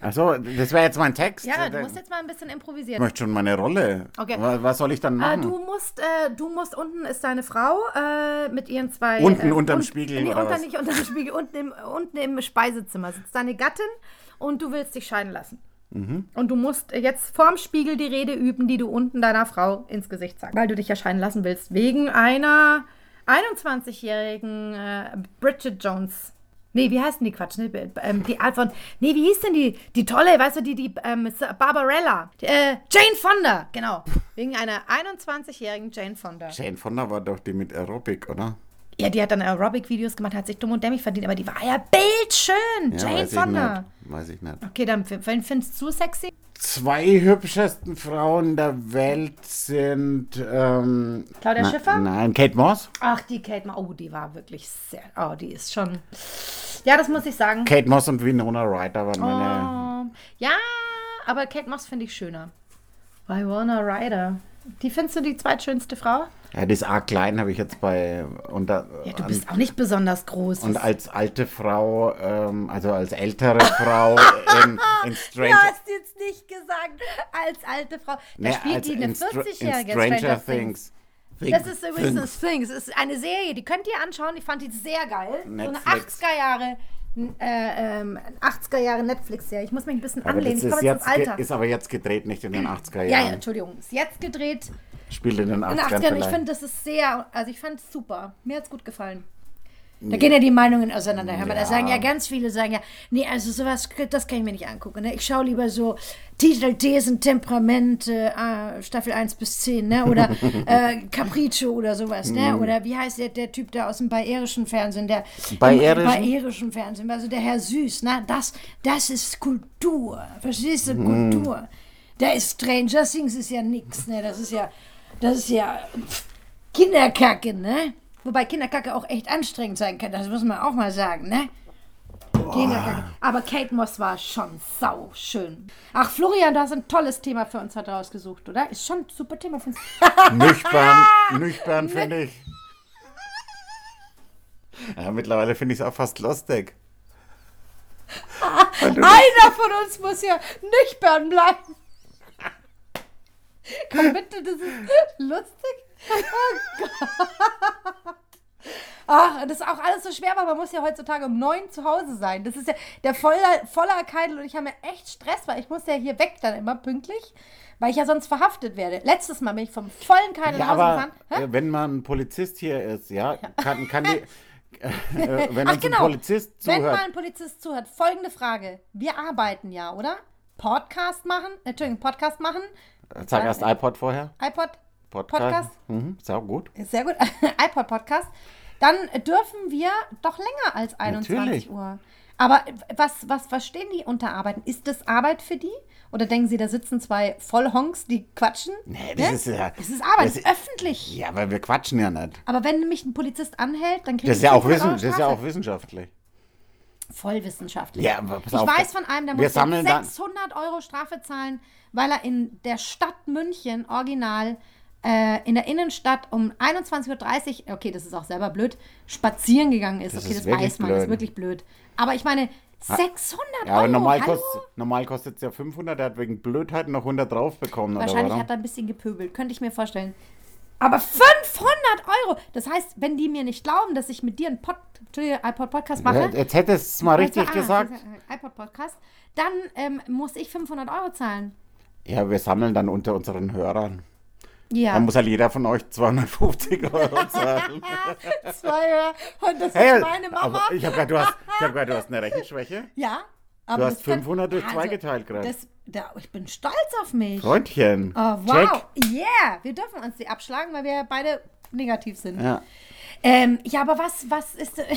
Speaker 2: Achso, das wäre jetzt mein Text.
Speaker 1: ja, du
Speaker 2: Der-
Speaker 1: musst jetzt mal ein bisschen
Speaker 2: Ich
Speaker 1: improvisieren.
Speaker 2: möchte schon meine Rolle.
Speaker 1: Okay.
Speaker 2: Wa- Was soll ich dann
Speaker 1: Äh,
Speaker 2: machen?
Speaker 1: du musst, äh, du musst unten ist deine Frau äh, mit ihren zwei
Speaker 2: Unten
Speaker 1: äh,
Speaker 2: unterm Spiegel,
Speaker 1: nee,
Speaker 2: oder
Speaker 1: unter,
Speaker 2: was?
Speaker 1: nicht unter dem Spiegel, unten im, unten im Speisezimmer sitzt deine Gattin und du willst dich scheiden lassen.
Speaker 2: Mhm.
Speaker 1: Und du musst jetzt vorm Spiegel die Rede üben, die du unten deiner Frau ins Gesicht sagst, weil du dich ja scheiden lassen willst wegen einer 21-jährigen äh, Bridget Jones. Nee, wie heißt denn die Quatsch? Ne? Ähm, die Art von. Nee, wie hieß denn die? Die tolle, weißt du, die, die ähm, S- Barbarella. Die, äh, Jane Fonda, genau. Wegen einer 21-jährigen Jane Fonda.
Speaker 2: Jane Fonda war doch die mit Aerobic, oder?
Speaker 1: Ja, die hat dann Aerobic-Videos gemacht, hat sich dumm und dämlich verdient, aber die war ja bildschön.
Speaker 2: Ja,
Speaker 1: Jane
Speaker 2: weiß
Speaker 1: Fonda.
Speaker 2: Ich nicht. Weiß ich nicht.
Speaker 1: Okay, dann f- wen findest du sexy?
Speaker 2: Zwei hübschesten Frauen der Welt sind. Ähm,
Speaker 1: Claudia
Speaker 2: na-
Speaker 1: Schiffer?
Speaker 2: Nein, Kate Moss.
Speaker 1: Ach, die Kate Ma. Oh, die war wirklich sehr. Oh, die ist schon. Ja, das muss ich sagen.
Speaker 2: Kate ne. Moss und Winona Ryder waren meine.
Speaker 1: Oh, ja, aber Kate Moss finde ich schöner. Winona Ryder. Die findest du die zweitschönste Frau?
Speaker 2: Ja, die ist arg klein, habe ich jetzt bei. Unter,
Speaker 1: Oh. Ja, du bist auch nicht besonders groß.
Speaker 2: und
Speaker 1: Was-
Speaker 2: als alte Frau, ähm, also als ältere Frau in, in
Speaker 1: Du
Speaker 2: Stranger
Speaker 1: hast jetzt nicht gesagt, als alte Frau. Da
Speaker 2: Nee,
Speaker 1: spielt
Speaker 2: als
Speaker 1: die eine
Speaker 2: in Stra-
Speaker 1: 40-jährige
Speaker 2: in Stranger, Things.
Speaker 1: Das ist übrigens Things. Things. Das ist eine Serie, die könnt ihr anschauen. Ich fand die sehr geil.
Speaker 2: Netflix.
Speaker 1: So eine 80er Jahre, äh, ähm, 80er Jahre Netflix-Serie. Ich muss mich ein bisschen
Speaker 2: Aber
Speaker 1: anlehnen.
Speaker 2: das
Speaker 1: Ich
Speaker 2: ist,
Speaker 1: komme jetzt ins
Speaker 2: jetzt
Speaker 1: Alter.
Speaker 2: ge- ist aber jetzt gedreht, nicht in den 80er
Speaker 1: ja, ja,
Speaker 2: Jahren.
Speaker 1: Entschuldigung. Ist jetzt gedreht.
Speaker 2: Spielt in den 80ern.
Speaker 1: In den 80ern. Ich
Speaker 2: vielleicht.
Speaker 1: finde, das ist sehr, also ich fand es super. Mir hat es gut gefallen. Da gehen ja die Meinungen auseinander. Aber da sagen ja ganz viele, sagen ja, nee, also sowas, das kann ich mir nicht angucken. Ne? Ich schaue lieber so Titel, Thesen, Temperamente, äh, Staffel 1 bis 10, ne? oder äh, Capriccio oder sowas. Ne? Oder wie heißt der, der Typ da aus dem bayerischen Fernsehen? Der,
Speaker 2: Bayerischen?
Speaker 1: bayerischen Fernsehen, also der Herr Süß. Ne? Das, das ist Kultur, verstehst du, Kultur. Da ist Stranger Things ist ja nix, ne? das ist ja, das ist ja... Kinderkacke, ne? Wobei Kinderkacke auch echt anstrengend sein kann, das muss man auch mal sagen, ne? Kinderkacke. Aber Kate Moss war schon sau schön. Ach, Florian, du hast ein tolles Thema für uns heute rausgesucht, oder? Ist schon ein super Thema für uns.
Speaker 2: Nüchtern, nüchtern finde ich. Ja, mittlerweile finde ich es auch fast lustig.
Speaker 1: Ah,
Speaker 2: Weil du-
Speaker 1: Einer von uns muss ja nüchtern bleiben. Komm bitte, das ist lustig. Oh Gott. Ach, das ist auch alles so schwer, weil man muss ja heutzutage um neun zu Hause sein. Das ist ja der voller, voller Keidel und ich habe ja echt Stress, weil ich muss ja hier weg dann immer pünktlich, weil ich ja sonst verhaftet werde. Letztes Mal bin ich vom vollen Keidel
Speaker 2: ja,
Speaker 1: nach Hause
Speaker 2: aber
Speaker 1: gefahren. Hä?
Speaker 2: äh, wenn man ein Polizist hier ist, ja, kann, kann die. Äh, wenn
Speaker 1: Ach
Speaker 2: uns
Speaker 1: genau,
Speaker 2: ein Polizist
Speaker 1: wenn mal
Speaker 2: zuhört.
Speaker 1: ein Polizist zuhört, folgende Frage. Wir arbeiten ja, oder? Podcast machen, Entschuldigung, Podcast machen,
Speaker 2: Sag erst iPod vorher.
Speaker 1: iPod,
Speaker 2: Podcast.
Speaker 1: Podcast.
Speaker 2: Mhm, sau gut.
Speaker 1: ist sehr gut, iPod-Podcast, dann dürfen wir doch länger als 21
Speaker 2: Natürlich.
Speaker 1: Uhr. Aber was, was verstehen die unter Arbeiten? Ist das Arbeit für die? Oder denken sie, da sitzen zwei Vollhonks, die quatschen? Ne?
Speaker 2: Nee, das ist ja-
Speaker 1: Das ist Arbeit,
Speaker 2: das
Speaker 1: das ist
Speaker 2: ist-
Speaker 1: öffentlich.
Speaker 2: Ja, weil wir quatschen ja nicht.
Speaker 1: Aber wenn nämlich ein Polizist anhält, dann kriegt
Speaker 2: Das ist ja auch, wissen, das ist ja auch wissenschaftlich.
Speaker 1: voll wissenschaftlich.
Speaker 2: Ja, aber pass
Speaker 1: ich
Speaker 2: auf,
Speaker 1: weiß von einem, der
Speaker 2: wir
Speaker 1: muss jetzt
Speaker 2: sammeln dann-
Speaker 1: 600 Euro Strafe zahlen, weil er in der Stadt München original äh, in der Innenstadt um 21.30 Uhr, okay, das ist auch selber blöd, spazieren gegangen ist.
Speaker 2: Das
Speaker 1: okay,
Speaker 2: ist
Speaker 1: das weiß
Speaker 2: wirklich
Speaker 1: man, das ist
Speaker 2: blöd.
Speaker 1: wirklich blöd. Aber ich meine, 600
Speaker 2: Ja, aber
Speaker 1: Euro,
Speaker 2: normal,
Speaker 1: hallo?
Speaker 2: kostet, normal kostet es ja 500, der hat wegen Blödheit noch 100 draufbekommen.
Speaker 1: Wahrscheinlich
Speaker 2: oder
Speaker 1: hat
Speaker 2: warum?
Speaker 1: er ein bisschen gepöbelt, könnte ich mir vorstellen. Aber 500 Euro! Das heißt, wenn die mir nicht glauben, dass ich mit dir einen Pod, Entschuldigung, iPod-Podcast mache,
Speaker 2: Ja, Jetzt hättest du es mal richtig
Speaker 1: Ah,
Speaker 2: gesagt.
Speaker 1: dieser iPod-Podcast. Dann ähm, muss ich 500 Euro zahlen.
Speaker 2: Ja, wir sammeln dann unter unseren Hörern.
Speaker 1: Ja.
Speaker 2: Dann muss halt jeder von euch 250 Euro zahlen.
Speaker 1: Zwei Euro. Und das
Speaker 2: Hey,
Speaker 1: ist meine Mama.
Speaker 2: aber ich habe gehört, du hast- ich hab gehört, du hast eine Rechenschwäche.
Speaker 1: ja. Aber
Speaker 2: hast
Speaker 1: das kann- also,
Speaker 2: 500 durch zwei geteilt gerade.
Speaker 1: das- Da, ich bin stolz auf mich.
Speaker 2: Freundchen.
Speaker 1: Oh, wow. Yeah. Wir dürfen uns die abschlagen, weil wir beide negativ sind.
Speaker 2: Ja.
Speaker 1: Ähm, ja, aber was, was ist.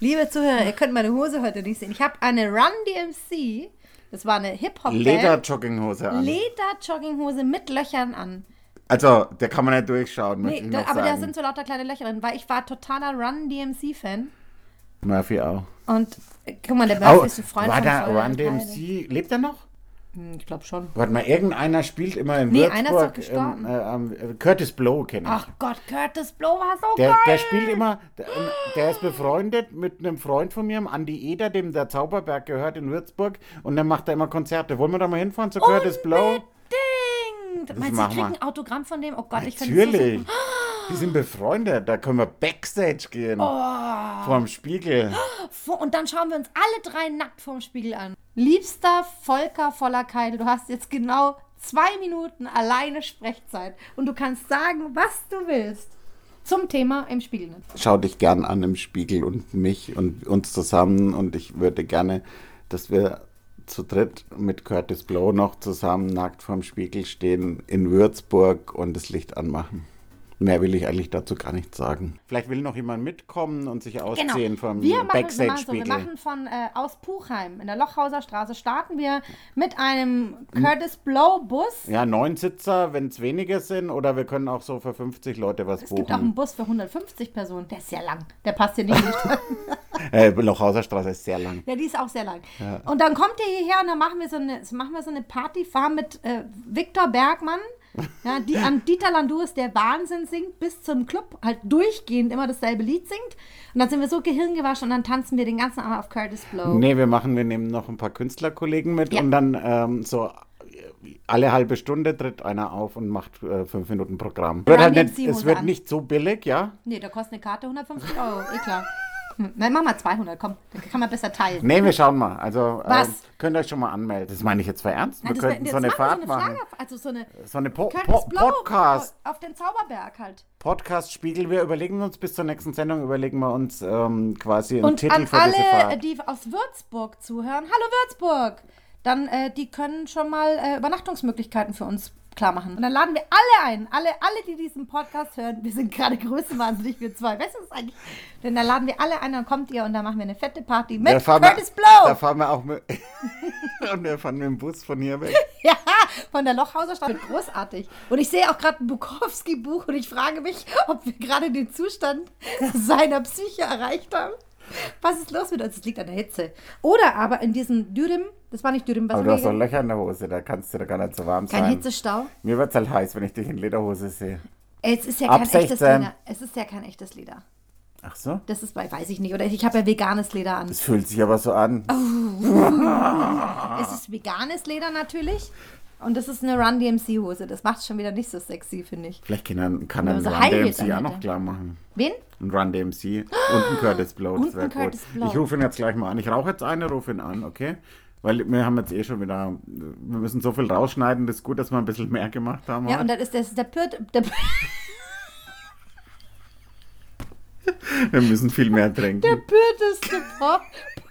Speaker 1: Liebe Zuhörer, ihr könnt meine Hose heute nicht sehen. Ich habe eine Run DMC. Das war eine Hip-Hop-Band.
Speaker 2: Lederjogginghose an.
Speaker 1: Leder-Jogginghose mit Löchern an.
Speaker 2: also, der kann man nicht durchschauen, möchte
Speaker 1: Nee,
Speaker 2: ich
Speaker 1: da,
Speaker 2: noch
Speaker 1: aber
Speaker 2: sagen.
Speaker 1: da sind so lauter kleine Löcher drin, weil ich war totaler Run-DMC-Fan.
Speaker 2: Murphy auch.
Speaker 1: Und äh, guck mal, der Murphy
Speaker 2: Oh,
Speaker 1: ist ein Freund
Speaker 2: war
Speaker 1: von
Speaker 2: da
Speaker 1: Feuer
Speaker 2: Run
Speaker 1: und
Speaker 2: DMC? Lebt er noch?
Speaker 1: Heide. Hm, Ich glaube schon.
Speaker 2: Warte mal, irgendeiner spielt immer in
Speaker 1: Nee,
Speaker 2: Würzburg.
Speaker 1: einer ist doch gestorben.
Speaker 2: ähm, äh, am- äh, Curtis Blow kenne ich.
Speaker 1: Ach Gott, Curtis Blow war so
Speaker 2: Der,
Speaker 1: geil.
Speaker 2: der spielt immer, der, ähm, der ist befreundet mit einem Freund von mir, dem Andi Eder, dem der Zauberberg gehört in Würzburg. Und dann macht er immer Konzerte. Wollen wir da mal hinfahren
Speaker 1: Oh,
Speaker 2: zu Curtis Blow?
Speaker 1: Unbedingt. Meinst du, ich
Speaker 2: machen
Speaker 1: krieg
Speaker 2: wir.
Speaker 1: ein Autogramm von dem? Oh Gott, ich finde das so
Speaker 2: Natürlich. Die sind befreundet. Da können wir Backstage gehen.
Speaker 1: Oh.
Speaker 2: Vorm Spiegel.
Speaker 1: Vor- Und dann schauen wir uns alle drei nackt vorm Spiegel an. Liebster Volker voller Keil, du hast jetzt genau zwei Minuten alleine Sprechzeit und du kannst sagen, was du willst. Zum Thema im Spiegel.
Speaker 2: Schau dich gern an im Spiegel und mich und uns zusammen. Und ich würde gerne, dass wir zu dritt mit Curtis Blow noch zusammen nackt vorm Spiegel stehen in Würzburg und das Licht anmachen. Mehr will ich eigentlich dazu gar nicht sagen. Vielleicht will noch jemand mitkommen und sich
Speaker 1: Genau.
Speaker 2: ausziehen vom
Speaker 1: wir machen, wir machen so, wir
Speaker 2: Backstage-Spiegel.
Speaker 1: machen von äh, aus Puchheim in der Lochhauser Straße starten wir mit einem Curtis Blow Bus.
Speaker 2: ja, neun Sitzer, wenn es weniger sind, oder wir können auch so für 50 Leute was
Speaker 1: Es gibt auch einen
Speaker 2: buchen.
Speaker 1: Bus für 150 Personen. Der ist sehr lang. Der passt hier nicht. in die Stadt.
Speaker 2: Äh, Lochhauser Straße ist sehr lang.
Speaker 1: Ja, die ist auch sehr lang. Und dann kommt ihr hierher und dann machen wir so eine, machen wir so eine Partyfarm mit äh, Viktor Bergmann. Ja, die an Dieter Landuris, der Wahnsinn singt, bis zum Club halt durchgehend immer dasselbe Lied singt. Und dann sind wir so gehirngewaschen und dann tanzen wir den ganzen Abend auf Curtis Blow.
Speaker 2: Nee, wir machen, wir nehmen noch ein paar Künstlerkollegen mit
Speaker 1: Ja.
Speaker 2: und dann ähm, so äh, alle halbe Stunde tritt einer auf und macht äh, fünf Minuten Programm. Wird halt
Speaker 1: nehmen
Speaker 2: nicht,
Speaker 1: Sie
Speaker 2: es
Speaker 1: Hose
Speaker 2: wird
Speaker 1: an.
Speaker 2: nicht so billig, ja?
Speaker 1: Nee, da kostet eine Karte 150 Euro, eh klar. Hm, Nein, mach mal 200, komm, dann kann man besser teilen.
Speaker 2: Nee, wir schauen mal. Also
Speaker 1: Hm. Was?
Speaker 2: ähm, könnt ihr euch schon mal anmelden. Das meine ich jetzt für ernst. Wir
Speaker 1: Nein, das-
Speaker 2: könnten
Speaker 1: das
Speaker 2: so eine
Speaker 1: machen wir
Speaker 2: Fahrt machen.
Speaker 1: Schlager- Also so eine
Speaker 2: So eine po
Speaker 1: Curtis
Speaker 2: po
Speaker 1: Blow
Speaker 2: Podcast.
Speaker 1: auf den Zauberberg halt.
Speaker 2: Podcast-Spiegel. Wir überlegen uns bis zur nächsten Sendung, überlegen wir uns ähm, quasi einen
Speaker 1: Und
Speaker 2: Titel
Speaker 1: an
Speaker 2: für diese
Speaker 1: alle,
Speaker 2: Fahrt.
Speaker 1: die aus Würzburg zuhören, hallo Würzburg, dann äh, die können schon mal äh, Übernachtungsmöglichkeiten für uns klar machen. Und dann laden wir alle ein, alle, alle, die diesen Podcast hören. Wir sind gerade größenwahnsinnig, wir zwei. Weißt du das eigentlich? Denn dann laden wir alle ein, dann kommt ihr und dann machen wir eine fette Party mit
Speaker 2: Da fahren
Speaker 1: Curtis
Speaker 2: wir, Da
Speaker 1: Blow.
Speaker 2: fahren wir auch mit. und wir fahren mit dem Bus von hier weg.
Speaker 1: Ja, von der Lochhauser Stadt. Großartig. Und ich sehe auch gerade ein Bukowski-Buch und ich frage mich, ob wir gerade den Zustand seiner Psyche erreicht haben. Was ist los mit uns? Es liegt an der Hitze. Oder aber in diesem Dürüm, das war nicht Dürüm, was
Speaker 2: Aber du hast
Speaker 1: haben
Speaker 2: so
Speaker 1: wir ge-
Speaker 2: Löcher in der Hose, da kannst du doch gar nicht so warm sein.
Speaker 1: Kein Hitzestau.
Speaker 2: Mir wird's halt heiß, wenn ich dich in Lederhose sehe.
Speaker 1: Ey, Es ist ja
Speaker 2: Ab
Speaker 1: kein echtes
Speaker 2: 16.
Speaker 1: Leder. Es ist ja kein echtes Leder.
Speaker 2: Ach so?
Speaker 1: Das ist bei, weiß ich nicht. Oder ich habe ja veganes Leder an.
Speaker 2: Das fühlt sich aber so an.
Speaker 1: Oh.
Speaker 2: Ah.
Speaker 1: Es ist veganes Leder natürlich. Und das ist eine Run DMC-Hose. Das macht es schon wieder nicht so sexy, finde ich.
Speaker 2: Vielleicht kann er, kann er
Speaker 1: Wenn man so
Speaker 2: einen Run
Speaker 1: High Heels
Speaker 2: DMC auch
Speaker 1: anhätte.
Speaker 2: noch klar machen.
Speaker 1: Wen?
Speaker 2: Ein Run DMC und ein Curtis Blow. Das
Speaker 1: Und
Speaker 2: wäre
Speaker 1: ein
Speaker 2: gut.
Speaker 1: Curtis Blow.
Speaker 2: Ich rufe ihn jetzt gleich mal an. Ich rauche jetzt eine, rufe ihn an, okay? Weil wir haben jetzt eh schon wieder, wir müssen so viel rausschneiden, das ist gut, dass wir ein bisschen mehr gemacht haben.
Speaker 1: Ja,
Speaker 2: heute.
Speaker 1: und das ist, das ist der Pirt. Der,
Speaker 2: wir müssen viel mehr trinken.
Speaker 1: pürteste Pop.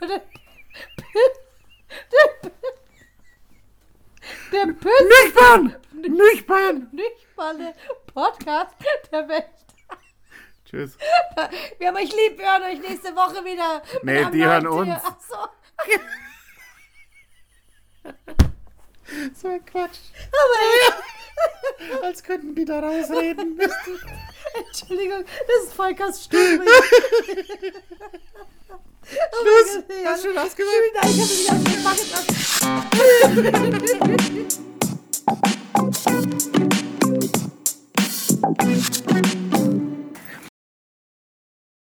Speaker 1: Der, der, der pürteste
Speaker 2: Nüchtern! Nüchtern!
Speaker 1: Nichtballe Podcast der Welt.
Speaker 2: Tschüss. Tschüss.
Speaker 1: Wir haben euch lieb, wir hören euch nächste Woche wieder. mit
Speaker 2: Nee,
Speaker 1: einem
Speaker 2: die hören
Speaker 1: neuen Tier.
Speaker 2: uns.
Speaker 1: Ach so.
Speaker 2: So ein Quatsch.
Speaker 1: Aber
Speaker 2: Als könnten die da rausreden.
Speaker 1: Entschuldigung, das ist Volkers Stimme.
Speaker 2: Schluss. Hast du schon ausgemacht?
Speaker 1: Nein, ich hab sie wieder ausgemacht.